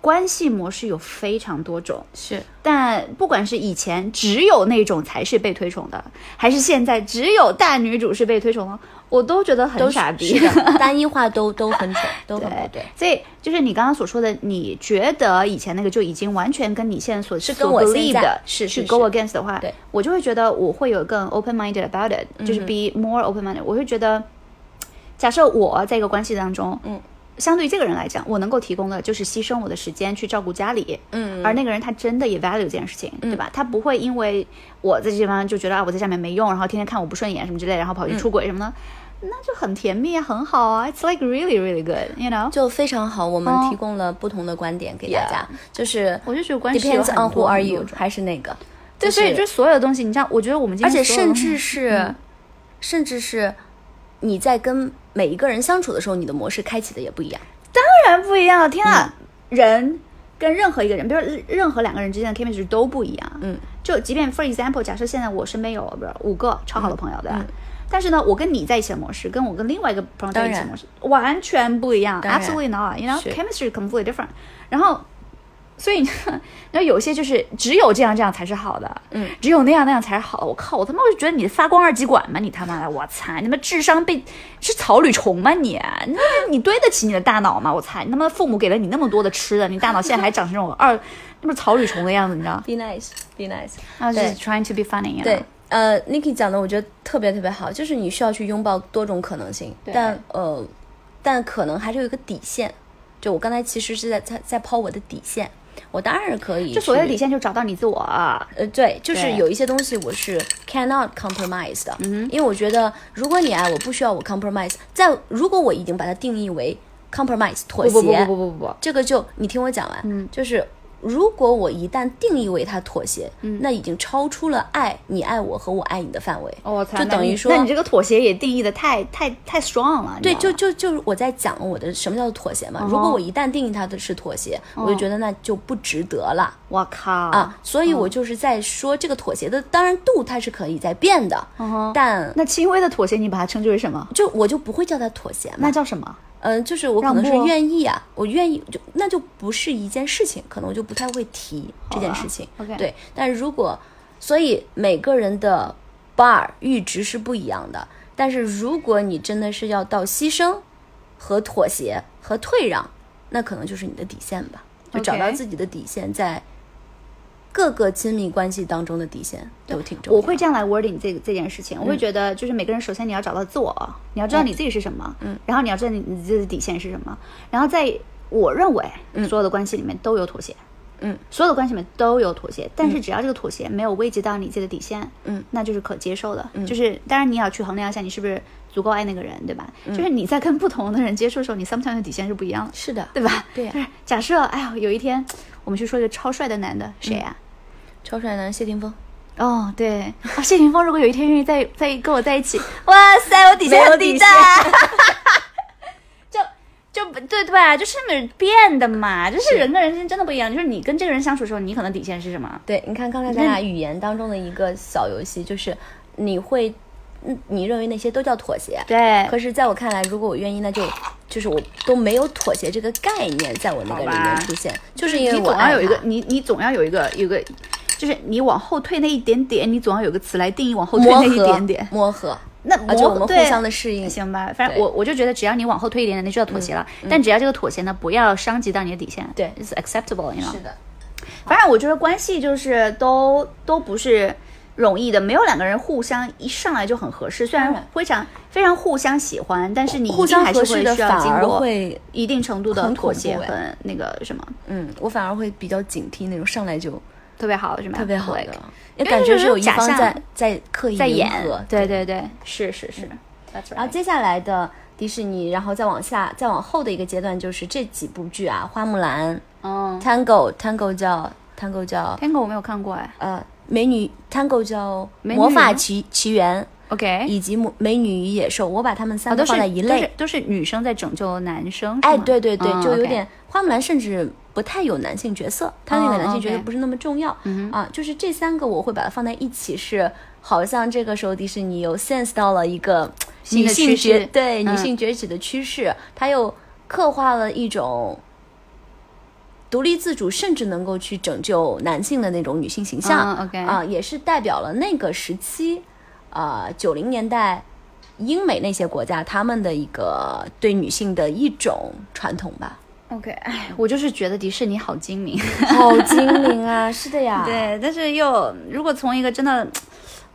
关系模式有非常多种，
是
但不管是以前只有那种才是被推崇的，还是现在只有大女主是被推崇的，我都觉得很傻逼。
是 的，单一化都都很蠢，都很不对。
所以就是你刚刚所说的，你觉得以前那个就已经完全跟你现在所是
跟我现在
believe 的
是是
去
是
go against 的话，
对嗯
我就会觉得我会有更 open minded about it，、就是 be more open minded。我会觉得，假设我在一个关系当中，
嗯。
相对于这个人来讲，我能够提供的就是牺牲我的时间去照顾家里，
嗯
而那个人他真的也 value 这件事情，对吧？他不会因为我在这地方就觉得啊我在下面没用，然后天天看我不顺眼什么之类，然后跑去出轨什么的，那就很甜蜜啊，很好啊，it's like really really good，you know？
就非常好，我们
哦
提供了不同的观点给大家，就是
我就觉得关系有
depends
很
on
多
who are
很多
you，
种
还是那个，
对，所以就所有的东西，你知道，我觉得我们今
而
天
且
所有
甚
的东西嗯
至是，甚至是你在跟每一个人相处的时候，你的模式开启的也不一样。
当然不一样了，天啊，人跟任何一个人，比如说任何两个人之间的 chemistry 都不一样，
嗯，
就即便 for example，假设现在我身边有不是五个超
嗯
好的朋友，对吧？但是呢，我跟你在一起的模式，跟我跟另外一个朋友在一起的模式完全不一样
当然
，absolutely not，you know
是
chemistry completely different。然后，所以你那有些就是只有这样这样才是好的，
嗯，
只有那样那样才是好的。我靠，我他妈我就觉得你发光二极管吗？你他妈的，我擦，你他妈智商被是草履虫吗你？你你对得起你的大脑吗？我擦，你他妈父母给了你那么多的吃的，你大脑现在还长成这种二那么草履虫的样子，你知道？
Be nice, be nice。
啊，就
对
是 trying to be funny，you know
对，呃，Niki 讲的我觉得特别特别好，就是你需要去拥抱多种可能性，
对
但呃，但可能还是有一个底线。就我刚才其实是在在在抛我的底线，我当然可以去。
这所谓的底线就是找到你自我啊。
呃，对，就是
对嗯
有一些东西我是 cannot compromise 的，因为我觉得如果你爱我，不需要我 compromise。在如果我已经把它定义为 compromise 妥
不
协，
不不不不不不，
这个就你听我讲完，
嗯
就是如果我一旦定义为他妥协，
嗯
那已经超出了爱你爱我和我爱你的范围，
哦我操，
就
那
等
你
于说
那你这个妥协也定义的太太太 strong 了。你
对，
知道
就就
吗
就是我在讲我的什么叫做妥协嘛。
哦
如果我一旦定义它的是妥协，我就觉得那就不值得了
我靠
啊
啊！
所以我就是在说这个妥协的，当然度它是可以在变的，
嗯
但
那轻微的妥协你把它称之为什么？
就我就不会叫它妥协嘛
那。叫什么？
嗯、就是我可能是
让步
愿意啊，我愿意就那就不是一件事情，可能我就不太会提这件事情。
好吧，OK
对，但如果所以每个人的 bar 阈值是不一样的，但是如果你真的是要到牺牲和妥协和退让，那可能就是你的底线吧，就找到
OK
自己的底线，在各个亲密关系当中的底线都挺重要。
我会这样来 wording 这个这件事情，我会觉得就是每个人首先你要找到自我，你要知道你自己是什么，嗯，然后你要知道你你自己的底线是什么，然后在我认为所有的关系里面都有妥协，
嗯，
所有的关系里面都有妥协，但是只要这个妥协没有危及到你自己的底线，
嗯，
那就是可接受的，就是当然你也要去衡量一下你是不是足够爱那个人，对吧？就是你在跟不同的人接触的时候，你 sometimes 的底线是不一样的，
是的，
对吧？
对呀
就是假设哎呀，有一天我们去说一个超帅的男的，谁呀、啊
超帅男谢霆锋，
哦，对，啊，谢霆锋如果有一天愿意再再跟我在一起，哇塞，我底线很低的， 就就不对对吧？就是变的嘛，就是人跟人之间真的不一样。就是你跟这个人相处的时候，你可能底线是什么？
对，你看刚才咱俩语言当中的一个小游戏，就是你会，嗯你认为那些都叫妥协，
对
可是在我看来，如果我愿意，那就就是我都没有妥协这个概念在我那个里
好
面
吧
出现，就是因为
你
我
总要
爱
有一个
他，
你你总要有一个有一个，就是你往后退那一点点，你总要有个词来定义往后退
磨
那一
合
点点。
磨合，
那
啊，就
磨
我们
对
互相的适应。
行吧，反正
对嗯
我我就觉得，只要你往后退一点点，那就叫妥协了。但只要这个妥协呢，不要伤及到你的底线，
对
，is acceptable，你知道吗？
的，
反正我觉得关系就是都都不是容易的，没有两个人互相一上来就很合适。虽
当
然
然
非常非常互相喜欢，但是你一
互
定
相
还
合
是会
适的
需要
反
经
而
过
会，
一定程度的
很恐
妥协
怖哎
和那个什么，
嗯，我反而会比较警惕那种上来就
特别好是吗？
特别好的
Like，，
也
因为
感觉
就是是
有一
假
方
象
在在刻意
在
迎
演
合，
对对对，嗯啊是是是。That's right
然后啊接下来的迪士尼，然后再往下，再往后的一个阶段就是这几部剧啊，《花木兰》
嗯
Tango Tango 叫 Tango 叫
，Tango 我没有看过哎。
呃美女 Tango 叫
美
《
女
魔法
吗
奇奇缘》
OK，
以及《美女与野兽》，我把他们三
啊
个
都是
放在一
都
类
是。都是女生在拯救男生，是
哎，
吗
对对对，
嗯
就有
OK
点花木兰甚至不太有男性角色，她那个
哦
男性角色
，OK 嗯
不是那么重要啊。就是这三个我会把它放在一起，是好像这个时候迪士尼有 sense 到了一个
新
女
的
性
趋
崛
势
对女
嗯
性崛起的趋势，它又刻画了一种。独立自主，甚至能够去拯救男性的那种女性形象，啊、
嗯，OK
也是代表了那个时期，呃，九零年代英美那些国家他们的一个对女性的一种传统吧。
OK，哎，我就是觉得迪士尼好精 明。
好精灵啊！是的呀，
对，但是又如果从一个真的，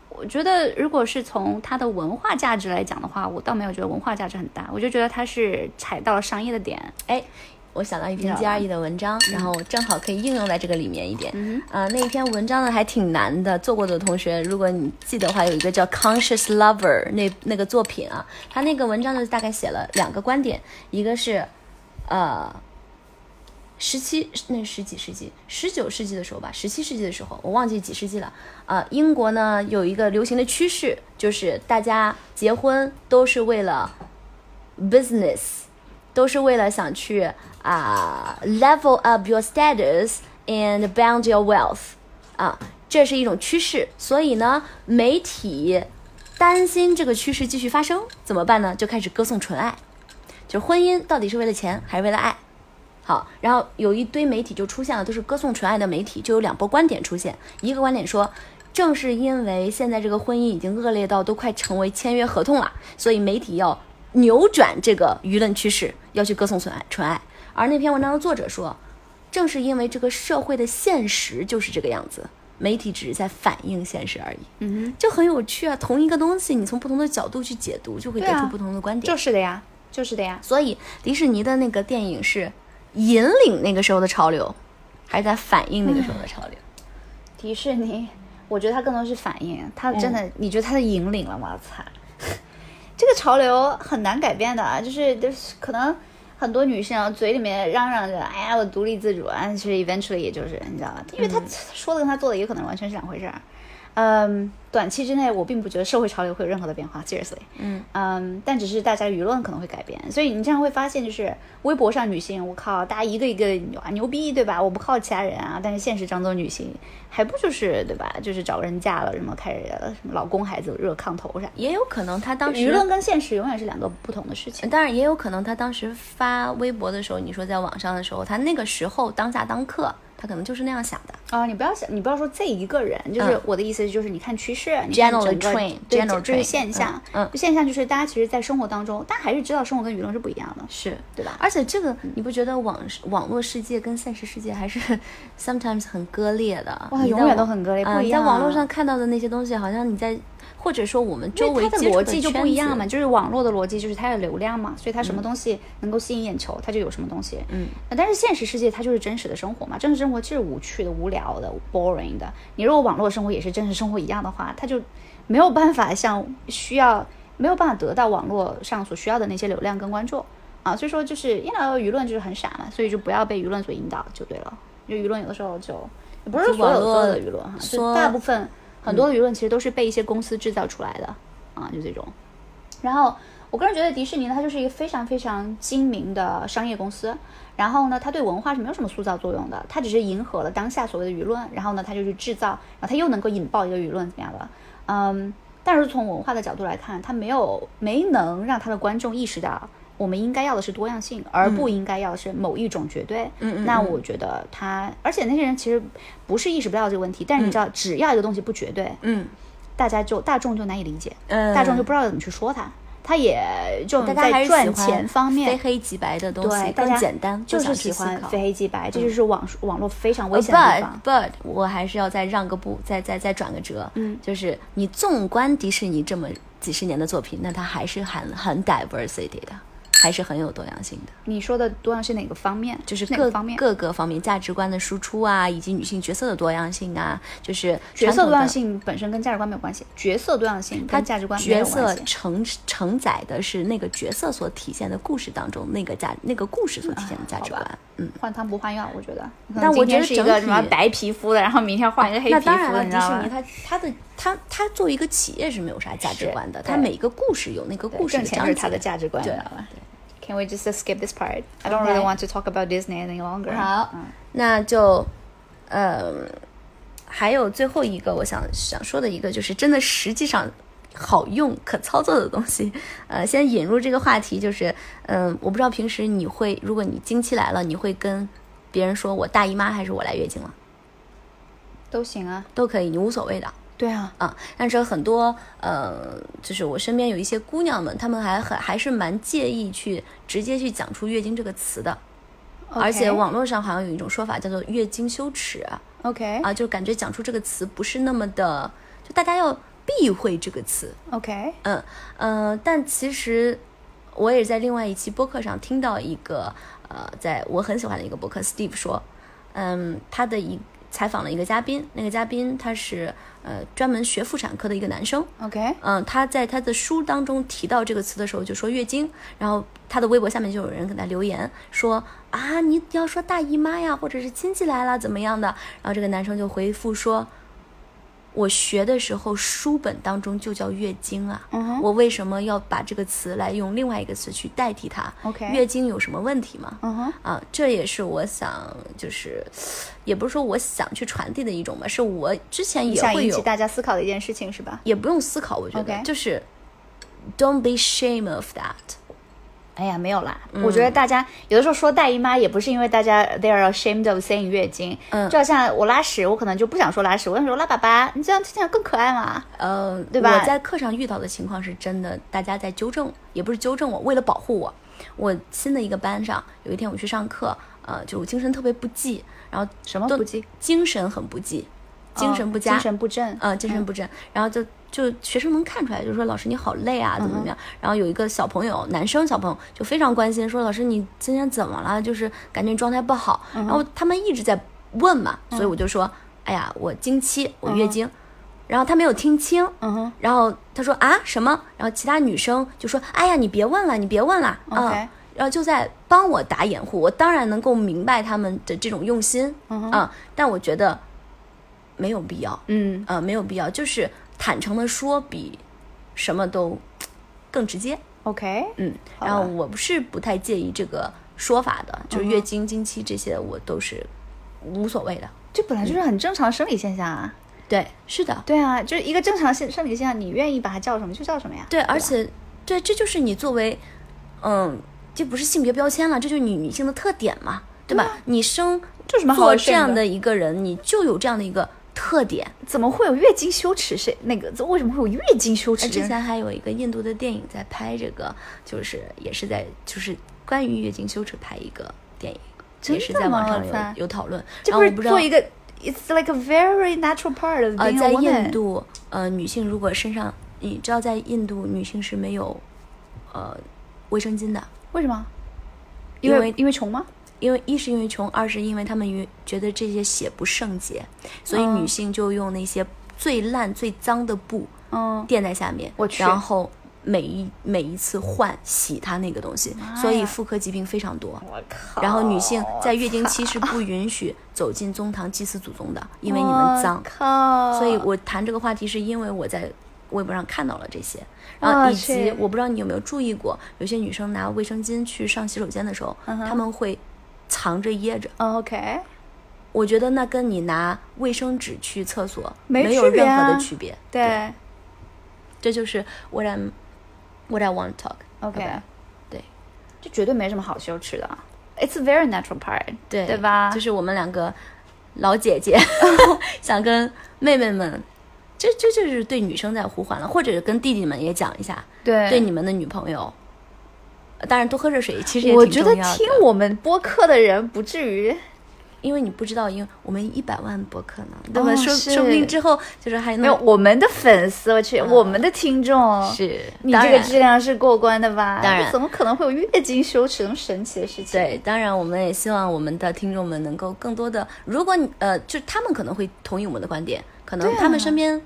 我觉得如果是从它的文化价值来讲的话，我倒没有觉得文化价值很大，我就觉得它是踩到了商业的点。
哎，我想到一篇
你知
G
道
R
吗
E 的文章，然后正好可以应用在这个里面一点。嗯，呃，那一篇文章呢还挺难的，做过的同学，如果你记得话，有一个叫《Conscious Lover 那》那个作品啊，他那个文章就是大概写了两个观点，一个是，呃。十七那十几世纪，十九世纪的时候吧，十七世纪的时候，我忘记几世纪了。呃，英国呢有一个流行的趋势，就是大家结婚都是为了 business，都是为了想去啊、level up your status and bound your wealth 啊，这是一种趋势。所以呢，媒体担心这个趋势继续发生，怎么办呢？就开始歌颂纯爱，就是婚姻到底是为了钱还是为了爱？好，然后有一堆媒体就出现了，都是歌颂纯爱的媒体，就有两波观点出现。一个观点说，正是因为现在这个婚姻已经恶劣到都快成为签约合同了，所以媒体要扭转这个舆论趋势，要去歌颂纯爱。纯爱。而那篇文章的作者说，正是因为这个社会的现实就是这个样子，媒体只是在反映现实而已。嗯，就很有趣啊！同一个东西，你从不同的角度去解读，就会得
对啊
出不同的观点。
是的呀，就是的呀。
所以迪士尼的那个电影是引领那个时候的潮流，还是在反映那个时候的潮流？
迪士尼，我觉得它更多是反应，它真的，你觉得它的引领了吗？我操， 这个潮流很难改变的啊，就是就是可能很多女生啊嘴里面嚷嚷着，哎呀，我独立自主啊，其实 eventually 也就是你知道吧，因为她说的跟她做的也可能完全是两回事儿。嗯，短期之内我并不觉得社会潮流会有任何的变化，seriously。
嗯
嗯，但只是大家舆论可能会改变，所以你这样会发现，就是微博上女性，我靠，大家一个一个啊牛逼，对吧？我不靠其他人啊，但是现实当中女性还不就是对吧？就是找人嫁了，什么开始什么老公孩子热炕头啥，
也有可能他当时
舆论跟现实永远是两个不同的事情。
当然也有可能他当时发微博的时候，你说在网上的时候，他那个时候当下当刻，他可能就是那样想的。
啊、你不要想，你不要说这一个人，就是
嗯
我的意思，就是你看趋势，你看
General
整个
trend，
对
general
这是
trend，
现象，
嗯嗯
现象就是大家其实，在生活当中，大家还是知道生活跟舆论是不一样的，
是
对吧？
而且这个你不觉得网网络世界跟现实世界还是 sometimes 很割裂的？
哇
你在
永远
网
都很割裂
啊
不一
你
样
在网
啊
络上看到的那些东西，好像你在或者说我们周
因为
围
它的
接触
逻辑就不
圈
一样
子
嘛，就是网络的逻辑就是它的流量嘛，所以它什么东西能够吸引眼球，它就有什么东西。
嗯
呃，但是现实世界它就是真实的生活嘛，真实生活就是无趣的、无聊的、boring 的。你如果网络生活也是真实生活一样的话，它就没有办法像需要没有办法得到网络上所需要的那些流量跟关注啊。所以说就是因为舆论就是很傻嘛，所以就不要被舆论所引导就对了。就舆论有的时候就也不是
就
所有
网
所有的
络
舆论哈，就
说嗯
大部分很多的舆论其实都是被一些公司制造出来的啊，就这种。然后我个人觉得迪士尼呢，它就是一个非常非常精明的商业公司。然后呢，它对文化是没有什么塑造作用的，它只是迎合了当下所谓的舆论，然后呢，它就去制造，然后它又能够引爆一个舆论怎么样的？嗯，但是从文化的角度来看，它没有没能让它的观众意识到。我们应该要的是多样性，而不应该要是某一种绝对。
嗯嗯嗯
那我觉得他，而且那些人其实不是意识不到这个问题，但是你知道，只要一个东西不绝对，
嗯
大家就大众就难以理解，
嗯
大众就不知道怎么去说它，它也就
大家还是
在
喜
赚
欢
钱方面
非黑即白的东西
对，大
更
家
简单，不
就是
想去
喜欢
思考嗯呃
非黑即白，这就是网网络非常危险的地
But
方。
but，我还是要再让个步，再再再转个折。
嗯
就是你纵观迪士尼这么几十年的作品，那它还是很很 diversity 的，还是很有多样性的，
你说的多样是哪个方面？
就是
哪
各
个方面？
各个方面价值观的输出啊，以及女性角色的多样性啊，就是
角
传
色
统
多
的
样。性本身跟价值观没有关系，角色多样性
它
跟价值观没
角
有关
色
系。
承承载的是那个角色所体现的故事当中那个价那个故事所体现的价值
好吧
观，嗯，
换汤不换药，我觉得。
但
可能
我
今
觉
天
得
是一
整
个什么
体
白皮肤的，然后明天换一个黑皮
那
肤的，
当然了，
你
迪
知道
士
吗
尼？它它的它它作为一个企业是没有啥价值
是
观的，
对
它每一个故事有那个
对
故事
挣
的
钱
章
就是
节，
它的价值观，你
对
知道吧？Can we just skip this part? I don't really
Okay.
want to talk about Disney any longer.
好
嗯，
那就呃，还有最后一个我想想说的一个就是真的实际上。好用可操作的东西，呃，先引入这个话题，就是，嗯、我不知道平时你会，如果你经期来了，你会跟别人说我大姨妈还是我来月经了，
都行啊。
都可以，你无所谓的。
对啊，
啊，但是很多呃，就是我身边有一些姑娘们，她们还很还是蛮介意去直接去讲出月经这个词的而且
OK
网络上好像有一种说法叫做月经羞耻啊，
OK
就感觉讲出这个词不是那么的，就大家要避讳这个词，
OK，
嗯呃，但其实我也在另外一期播客上听到一个呃，在我很喜欢的一个播客，Steve 说，嗯，他的一采访了一个嘉宾，那个嘉宾他是呃专门学妇产科的一个男生，
OK，
嗯，他在他的书当中提到这个词的时候，就说月经，然后他的微博下面就有人给他留言说啊，你要说大姨妈呀，或者是亲戚来了怎么样的，然后这个男生就回复说，我学的时候书本当中就叫月经啊，
嗯哼
我为什么要把这个词来用另外一个词去代替它
OK
月经有什么问题吗？
嗯哼，
啊，这也是我想，就是，也不是说我想去传递的一种吧，是我之前
你
也
想
会
引
有
起大家思考的一件事情是吧？
也不用思考，我觉得
OK
就是 don't be shame of that。
哎呀，没有啦。我觉得大家有的时候说大姨妈，也不是因为大家 they are ashamed of saying 月经，
嗯
就好像我拉屎，我可能就不想说拉屎，我想说拉粑粑，你这样这样更可爱嘛？
呃，
对吧
我在课上遇到的情况是真的，大家在纠正，也不是纠正我，为了保护我。我新的一个班上，有一天我去上课，呃，就我精神特别不济，然后
什么
都
哦不济？
精神很不济，精神不
哦
佳，
精神不振。
呃，精神不振，然后就就学生能看出来，就说老师你好累啊，
嗯
怎么怎么样。然后有一个小朋友，男生小朋友
嗯
就非常关心，说老师你今天怎么了？就是感觉你状态不好。然后他们一直在问嘛，所以我就说，哎呀，我经期，我月经。然后他没有听清，
嗯哼
然后他说啊什么？然后其他女生就说：“哎呀，你别问了，你别问了。
OK
嗯，然后就在帮我打掩护。我当然能够明白他们的这种用心，
嗯哼
嗯，但我觉得没有必要，
嗯，
呃，没有必要，就是坦诚的说比什么都更直接。
OK，
嗯，
好吧
然后我不是不太介意这个说法的，就是
嗯
月经、经期这些我都是无所谓的。
这本来就是很正常的生理现象啊。
对，是的，
对啊，就是一个正常现生理现象，你愿意把它叫什么就叫什么呀。
对，
吧
而且对，这就是你作为，嗯，这不是性别标签了，这就是你女性的特点嘛，对吧？你生
啊这有什么好
做
炫
这样
的
的一个人，你就有这样的一个特点。
怎么会有月经羞耻？谁那个为什么会有月经羞耻
哎，
这
之
件事？
前还有一个印度的电影在拍这个，就是也是在就是关于月经羞耻拍一个电影，也
真
是
的
在网
吗
上有
在
有讨论。
这
然
啊
后我
不是
不知道
做一个，it's like a very natural part of
呃，
being
在
a woman。
印度，呃，女性如果身上，你知道在印度女性是没有呃卫生巾的，
为什么？
因
为
为
因为穷吗？
因为一是因为穷，二是因为他们于觉得这些血不圣洁，所以
嗯
女性就用那些最烂最脏的布
嗯，
垫在下面，
我去
然后每一每一次换洗它那个东西，
妈
所以
呀
妇科疾病非常多。
我靠
然后女性在月经期是不允许走进宗堂祭祀祖宗的，因为你
我
们脏。
靠！
所以我谈这个话题是因为我在微博上看到了这些，然后
哦
以及
是
我不知道你有没有注意过，有些女生拿卫生巾去上洗手间的时候，
嗯哼
她们会藏着掖着。
哦 OK，
我觉得那跟你拿卫生纸去厕所
没
有
区别
任何的
啊
区别。
对
这就是 what I'm what I want to talk。
，OK，
对
这绝对没什么好羞耻的。It's 啊 a very natural part，
对
对吧？
就是我们两个老姐 姐想跟妹妹们，这这就是对女生在呼唤了，或者是跟弟弟们也讲一下，
对
对你们的女朋友，呃当然多喝热水，其实也
我
挺
觉
重
得
要的
听，我们播客的人不至于
因为你不知道，因为我们一百万博客呢，对吧？
哦
说
是
说不定之后就是还能
没有我们的粉丝，我去，我们的听众
是
你
当
这个
然
质量是过关的吧？
当然
怎么可能会有月经羞耻那么神奇的事情？
对，当然我们也希望我们的听众们能够更多的，如果你呃，就是他们可能会同意我们的观点，可能他们身边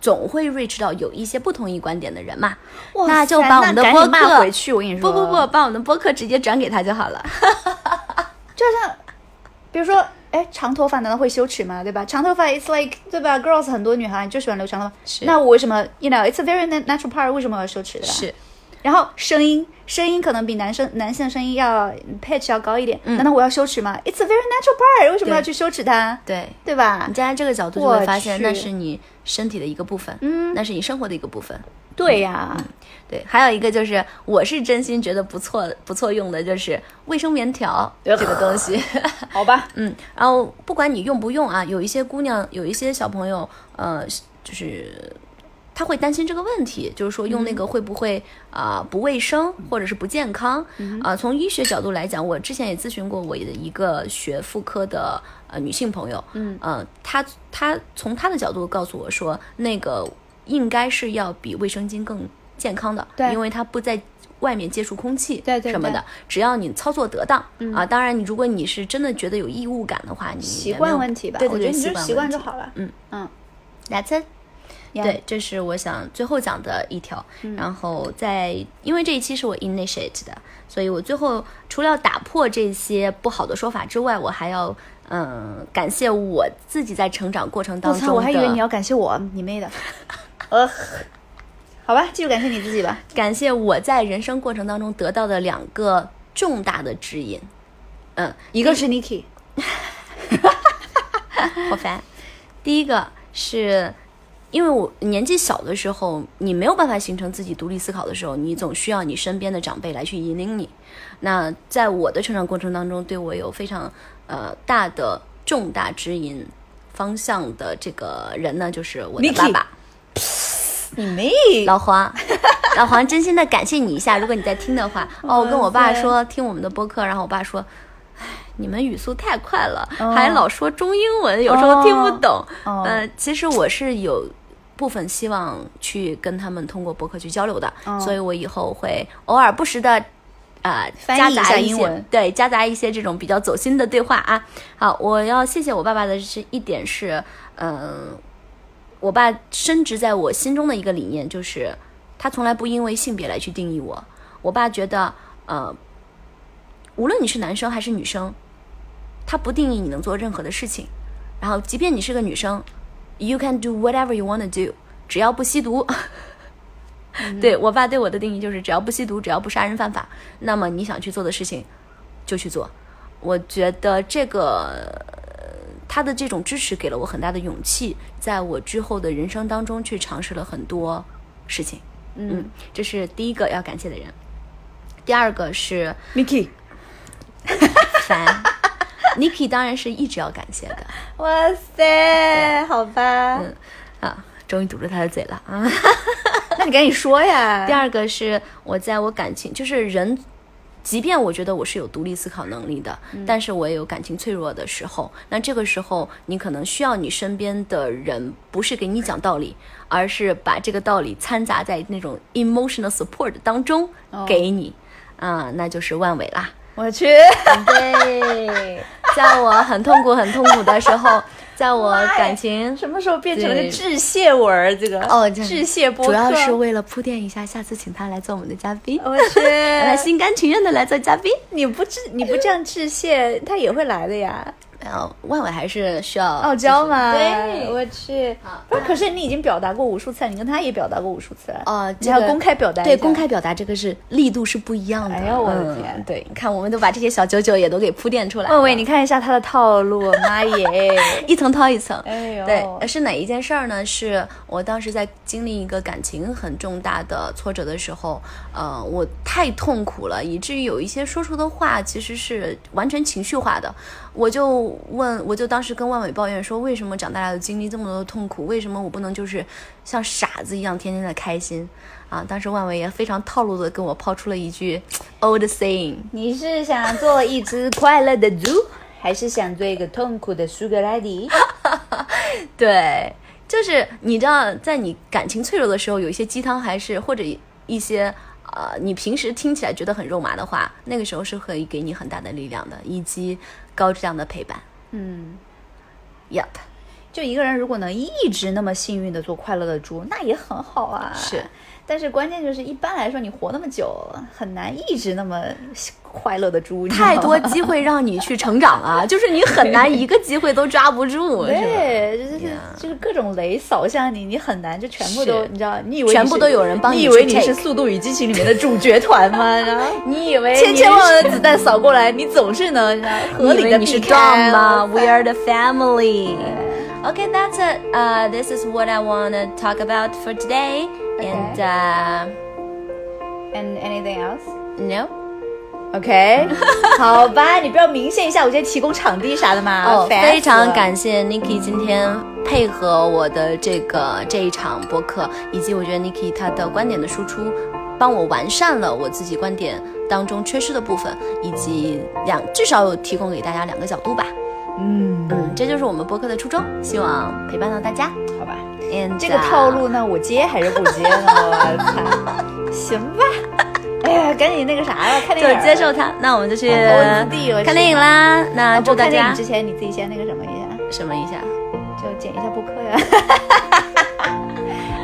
总会 reach 到有一些不同意观点的人嘛，
哇塞，
那就把我们的播
那赶紧骂
客
回去，我跟你
不
说，
不不，，把我们的播客直接转给他就好了。
就像比如说，哎，长头发难道会羞耻吗？对吧？长头发，it's like 对吧？girls 很多女孩就喜欢留长头发，
是
那我为什么？you know，it's a very na- natural part，为什么我要羞耻的？。然后声音，声音可能比男生男性的声音要 pitch 要高一点，难道我要羞耻吗？It's a very natural part，为什么要去羞耻它？
对，
对吧
你？站在这个角度就会
我
发现，那
去
是你身体的一个部分，
嗯
那是你生活的一个部分。
对呀、
对，还有一个就是，我是真心觉得不错不错用的，就是卫生棉 条这个东西。
好吧，
嗯，然后不管你用不用啊，有一些姑娘，有一些小朋友，呃，就是他会担心这个问题，就是说
嗯
用那个会不会啊、不卫生或者是不健康啊、
嗯
从医学角度来讲，我之前也咨询过我的一个学妇科的呃女性朋友，
嗯
呃，她她从她的角度告诉我说，那个应该是要比卫生巾更健康的，
对
因为它不在。外面接触空气，
对对
什么的
对，嗯
只要你操作得当、啊，当然你如果你是真的觉得有异物感的话，你
习
也没
惯
有
问题吧，
对对
我觉
对，
得你就习
惯
惯
问
就
题。
好了。
嗯
嗯，
That's it。
Yeah 嗯
对，这是我想最后讲的一条。然后在因为这一期是我 initiate 的，所以我最后除了打破这些不好的说法之外，我还要嗯感谢我自己在成长过程当
我
中
操，
的。
我还以为你要感谢我，你 妹的。呃，好吧，继续感谢你自己吧。
感谢我在人生过程当中得到的两个重大的指引。嗯，
一个是 Niki，
好烦。第一个是因为我年纪小的时候，你没有办法形成自己独立思考的时候，你总需要你身边的长辈来去引领你。那在我的成长过程当中，对我有非常呃大的重大指引方向的这个人呢，就是我的
Nicky
爸爸
你妹，
老黄。 老黄，真心的感谢你一下，如果你在听的 话，哦，我跟我爸说听我们的播客，然后我爸说。唉你们语速太快了，
哦
还老说中英文，有时候听不
哦
懂。
哦
呃，其实我是有部分希望去跟他们通过博客去交流的，
嗯
所以我以后会偶尔不时的啊、
翻
夹
译一
杂
下
一
英
些
文
对，夹杂一些这种比较走心的对话啊。好，我要谢谢我爸爸的是一点是，嗯、我爸深植在我心中的一个理念就是，他从来不因为性别来去定义我。我爸觉得，呃，无论你是男生还是女生，他不定义你能做任何的事情。然后，即便你是个女生，you can do whatever you want to do，只要不吸毒。对我爸对我的定义就是，只要不吸毒，只要不杀人犯法，那么你想去做的事情就去做。我觉得这个呃他的这种支持给了我很大的勇气，在我之后的人生当中去尝试了很多事情。嗯，这是第一个要感谢的人。第二个是
Mickey，
凡，Niki 当然是一直要感谢的。
哇塞，好吧，
啊，终于堵住他的嘴了啊！
那你赶紧说呀。
第，二个是我在我感情，就是人，即便我觉得我是有独立思考能力的，
嗯
但是我也有感情脆弱的时候。那这个时候，你可能需要你身边的人，不是给你讲道理，
嗯
而是把这个道理掺杂在那种 emotional support 当中
哦
给你。啊，那就是万伟啦。
我去，
对，在我很痛苦、很痛苦的时候，在我感情
什么时候变成了
对
致谢文儿？这个
哦这样
致谢播
主
客，
要是为了铺垫一下，下次请他来做我们的嘉宾，
我去，
让他心甘情愿 的来做嘉宾。
你不致你不这样致谢，他也会来的呀。
呃，万伟还是需要
傲娇嘛，
对
我去
好。
不是，可是你已经表达过无数次了，你跟他也表达过无数次了。
呃，
你要
这个
公开表达一下，
对公开表达这个是力度是不一样的。
哎呦我的
嗯
天
对，你看我们都把这些小九九也都给铺垫出来了。
万伟，你看一下他的套路，妈耶！
一层套一层。
哎呦
对，呃是哪一件事儿呢？是我当时在经历一个感情很重大的挫折的时候，呃，我太痛苦了，以至于有一些说出的话其实是完全情绪化的。我就问，我就当时跟万伟抱怨说，为什么长大了经历这么多的痛苦，为什么我不能就是像傻子一样天天的开心？啊，当时万伟也非常套路的跟我抛出了一句 old saying，
你是想做一只快乐的猪，还是想做一个痛苦的 Sugar Daddy？
对，就是你知道，在你感情脆弱的时候，有一些鸡汤还是或者一些呃，你平时听起来觉得很肉麻的话，那个时候是可以给你很大的力量的，以及高质量的陪伴。
嗯，
Yep，
就一个人如果能一直那么幸运的做快乐的猪，那也很好啊。
是，
但是关键就是一般来说，你活那么久，很难一直那么快乐的猪。你知道吗
太多机会让你去成长了，就是你很难一个机会都抓不住，是吧？
对，就是就是各种雷扫向你，你很难就全部都，
是
你知道，你以为
全
你
部
是
都有人帮
你，
你
以为
去
你是
take
《速度与激情》里面的主角 团吗？然后
你以为
千
你
千万
是
万的子弹扫过来，你总是能你知道合
你以
理
为
的啊
你
避
是
开
Dom 吗？We are the family. Okay, that's it. Uh, this is what I want to talk about for today. And uh,
And anything else?
no.
OK，好吧，你不要明线一下，我今天提供场地啥的嘛。
哦，
烦
非
死
常
了
感谢 Niki 今天配合我的这个这一场播客，以及我觉得 Niki 她的观点的输出，帮我完善了我自己观点当中缺失的部分，以及两至少有提供给大家两个角度吧。嗯嗯，这就是我们播客的初衷，希望陪伴到大家。
好吧。
And
这个
uh,
套路呢，我接还是不 接呢？我操，行吧。哎呀，赶紧那个啥了，看
就
电影。
接受它。那我们就去
投资地我去
看电影啦。那
啊，
祝
不
大
看电
家
影之前，你自己先那个什么一下，
什么一下
就剪一下播客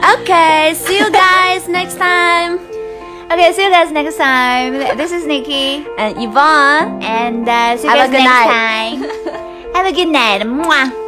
呀。
？OK，see you guys next time.
Okay, see you guys next time. This is Nikki,
And Yvonne.
and uh, see you
Have a
guys
good
next
night.
time. Have a good night. Mwah.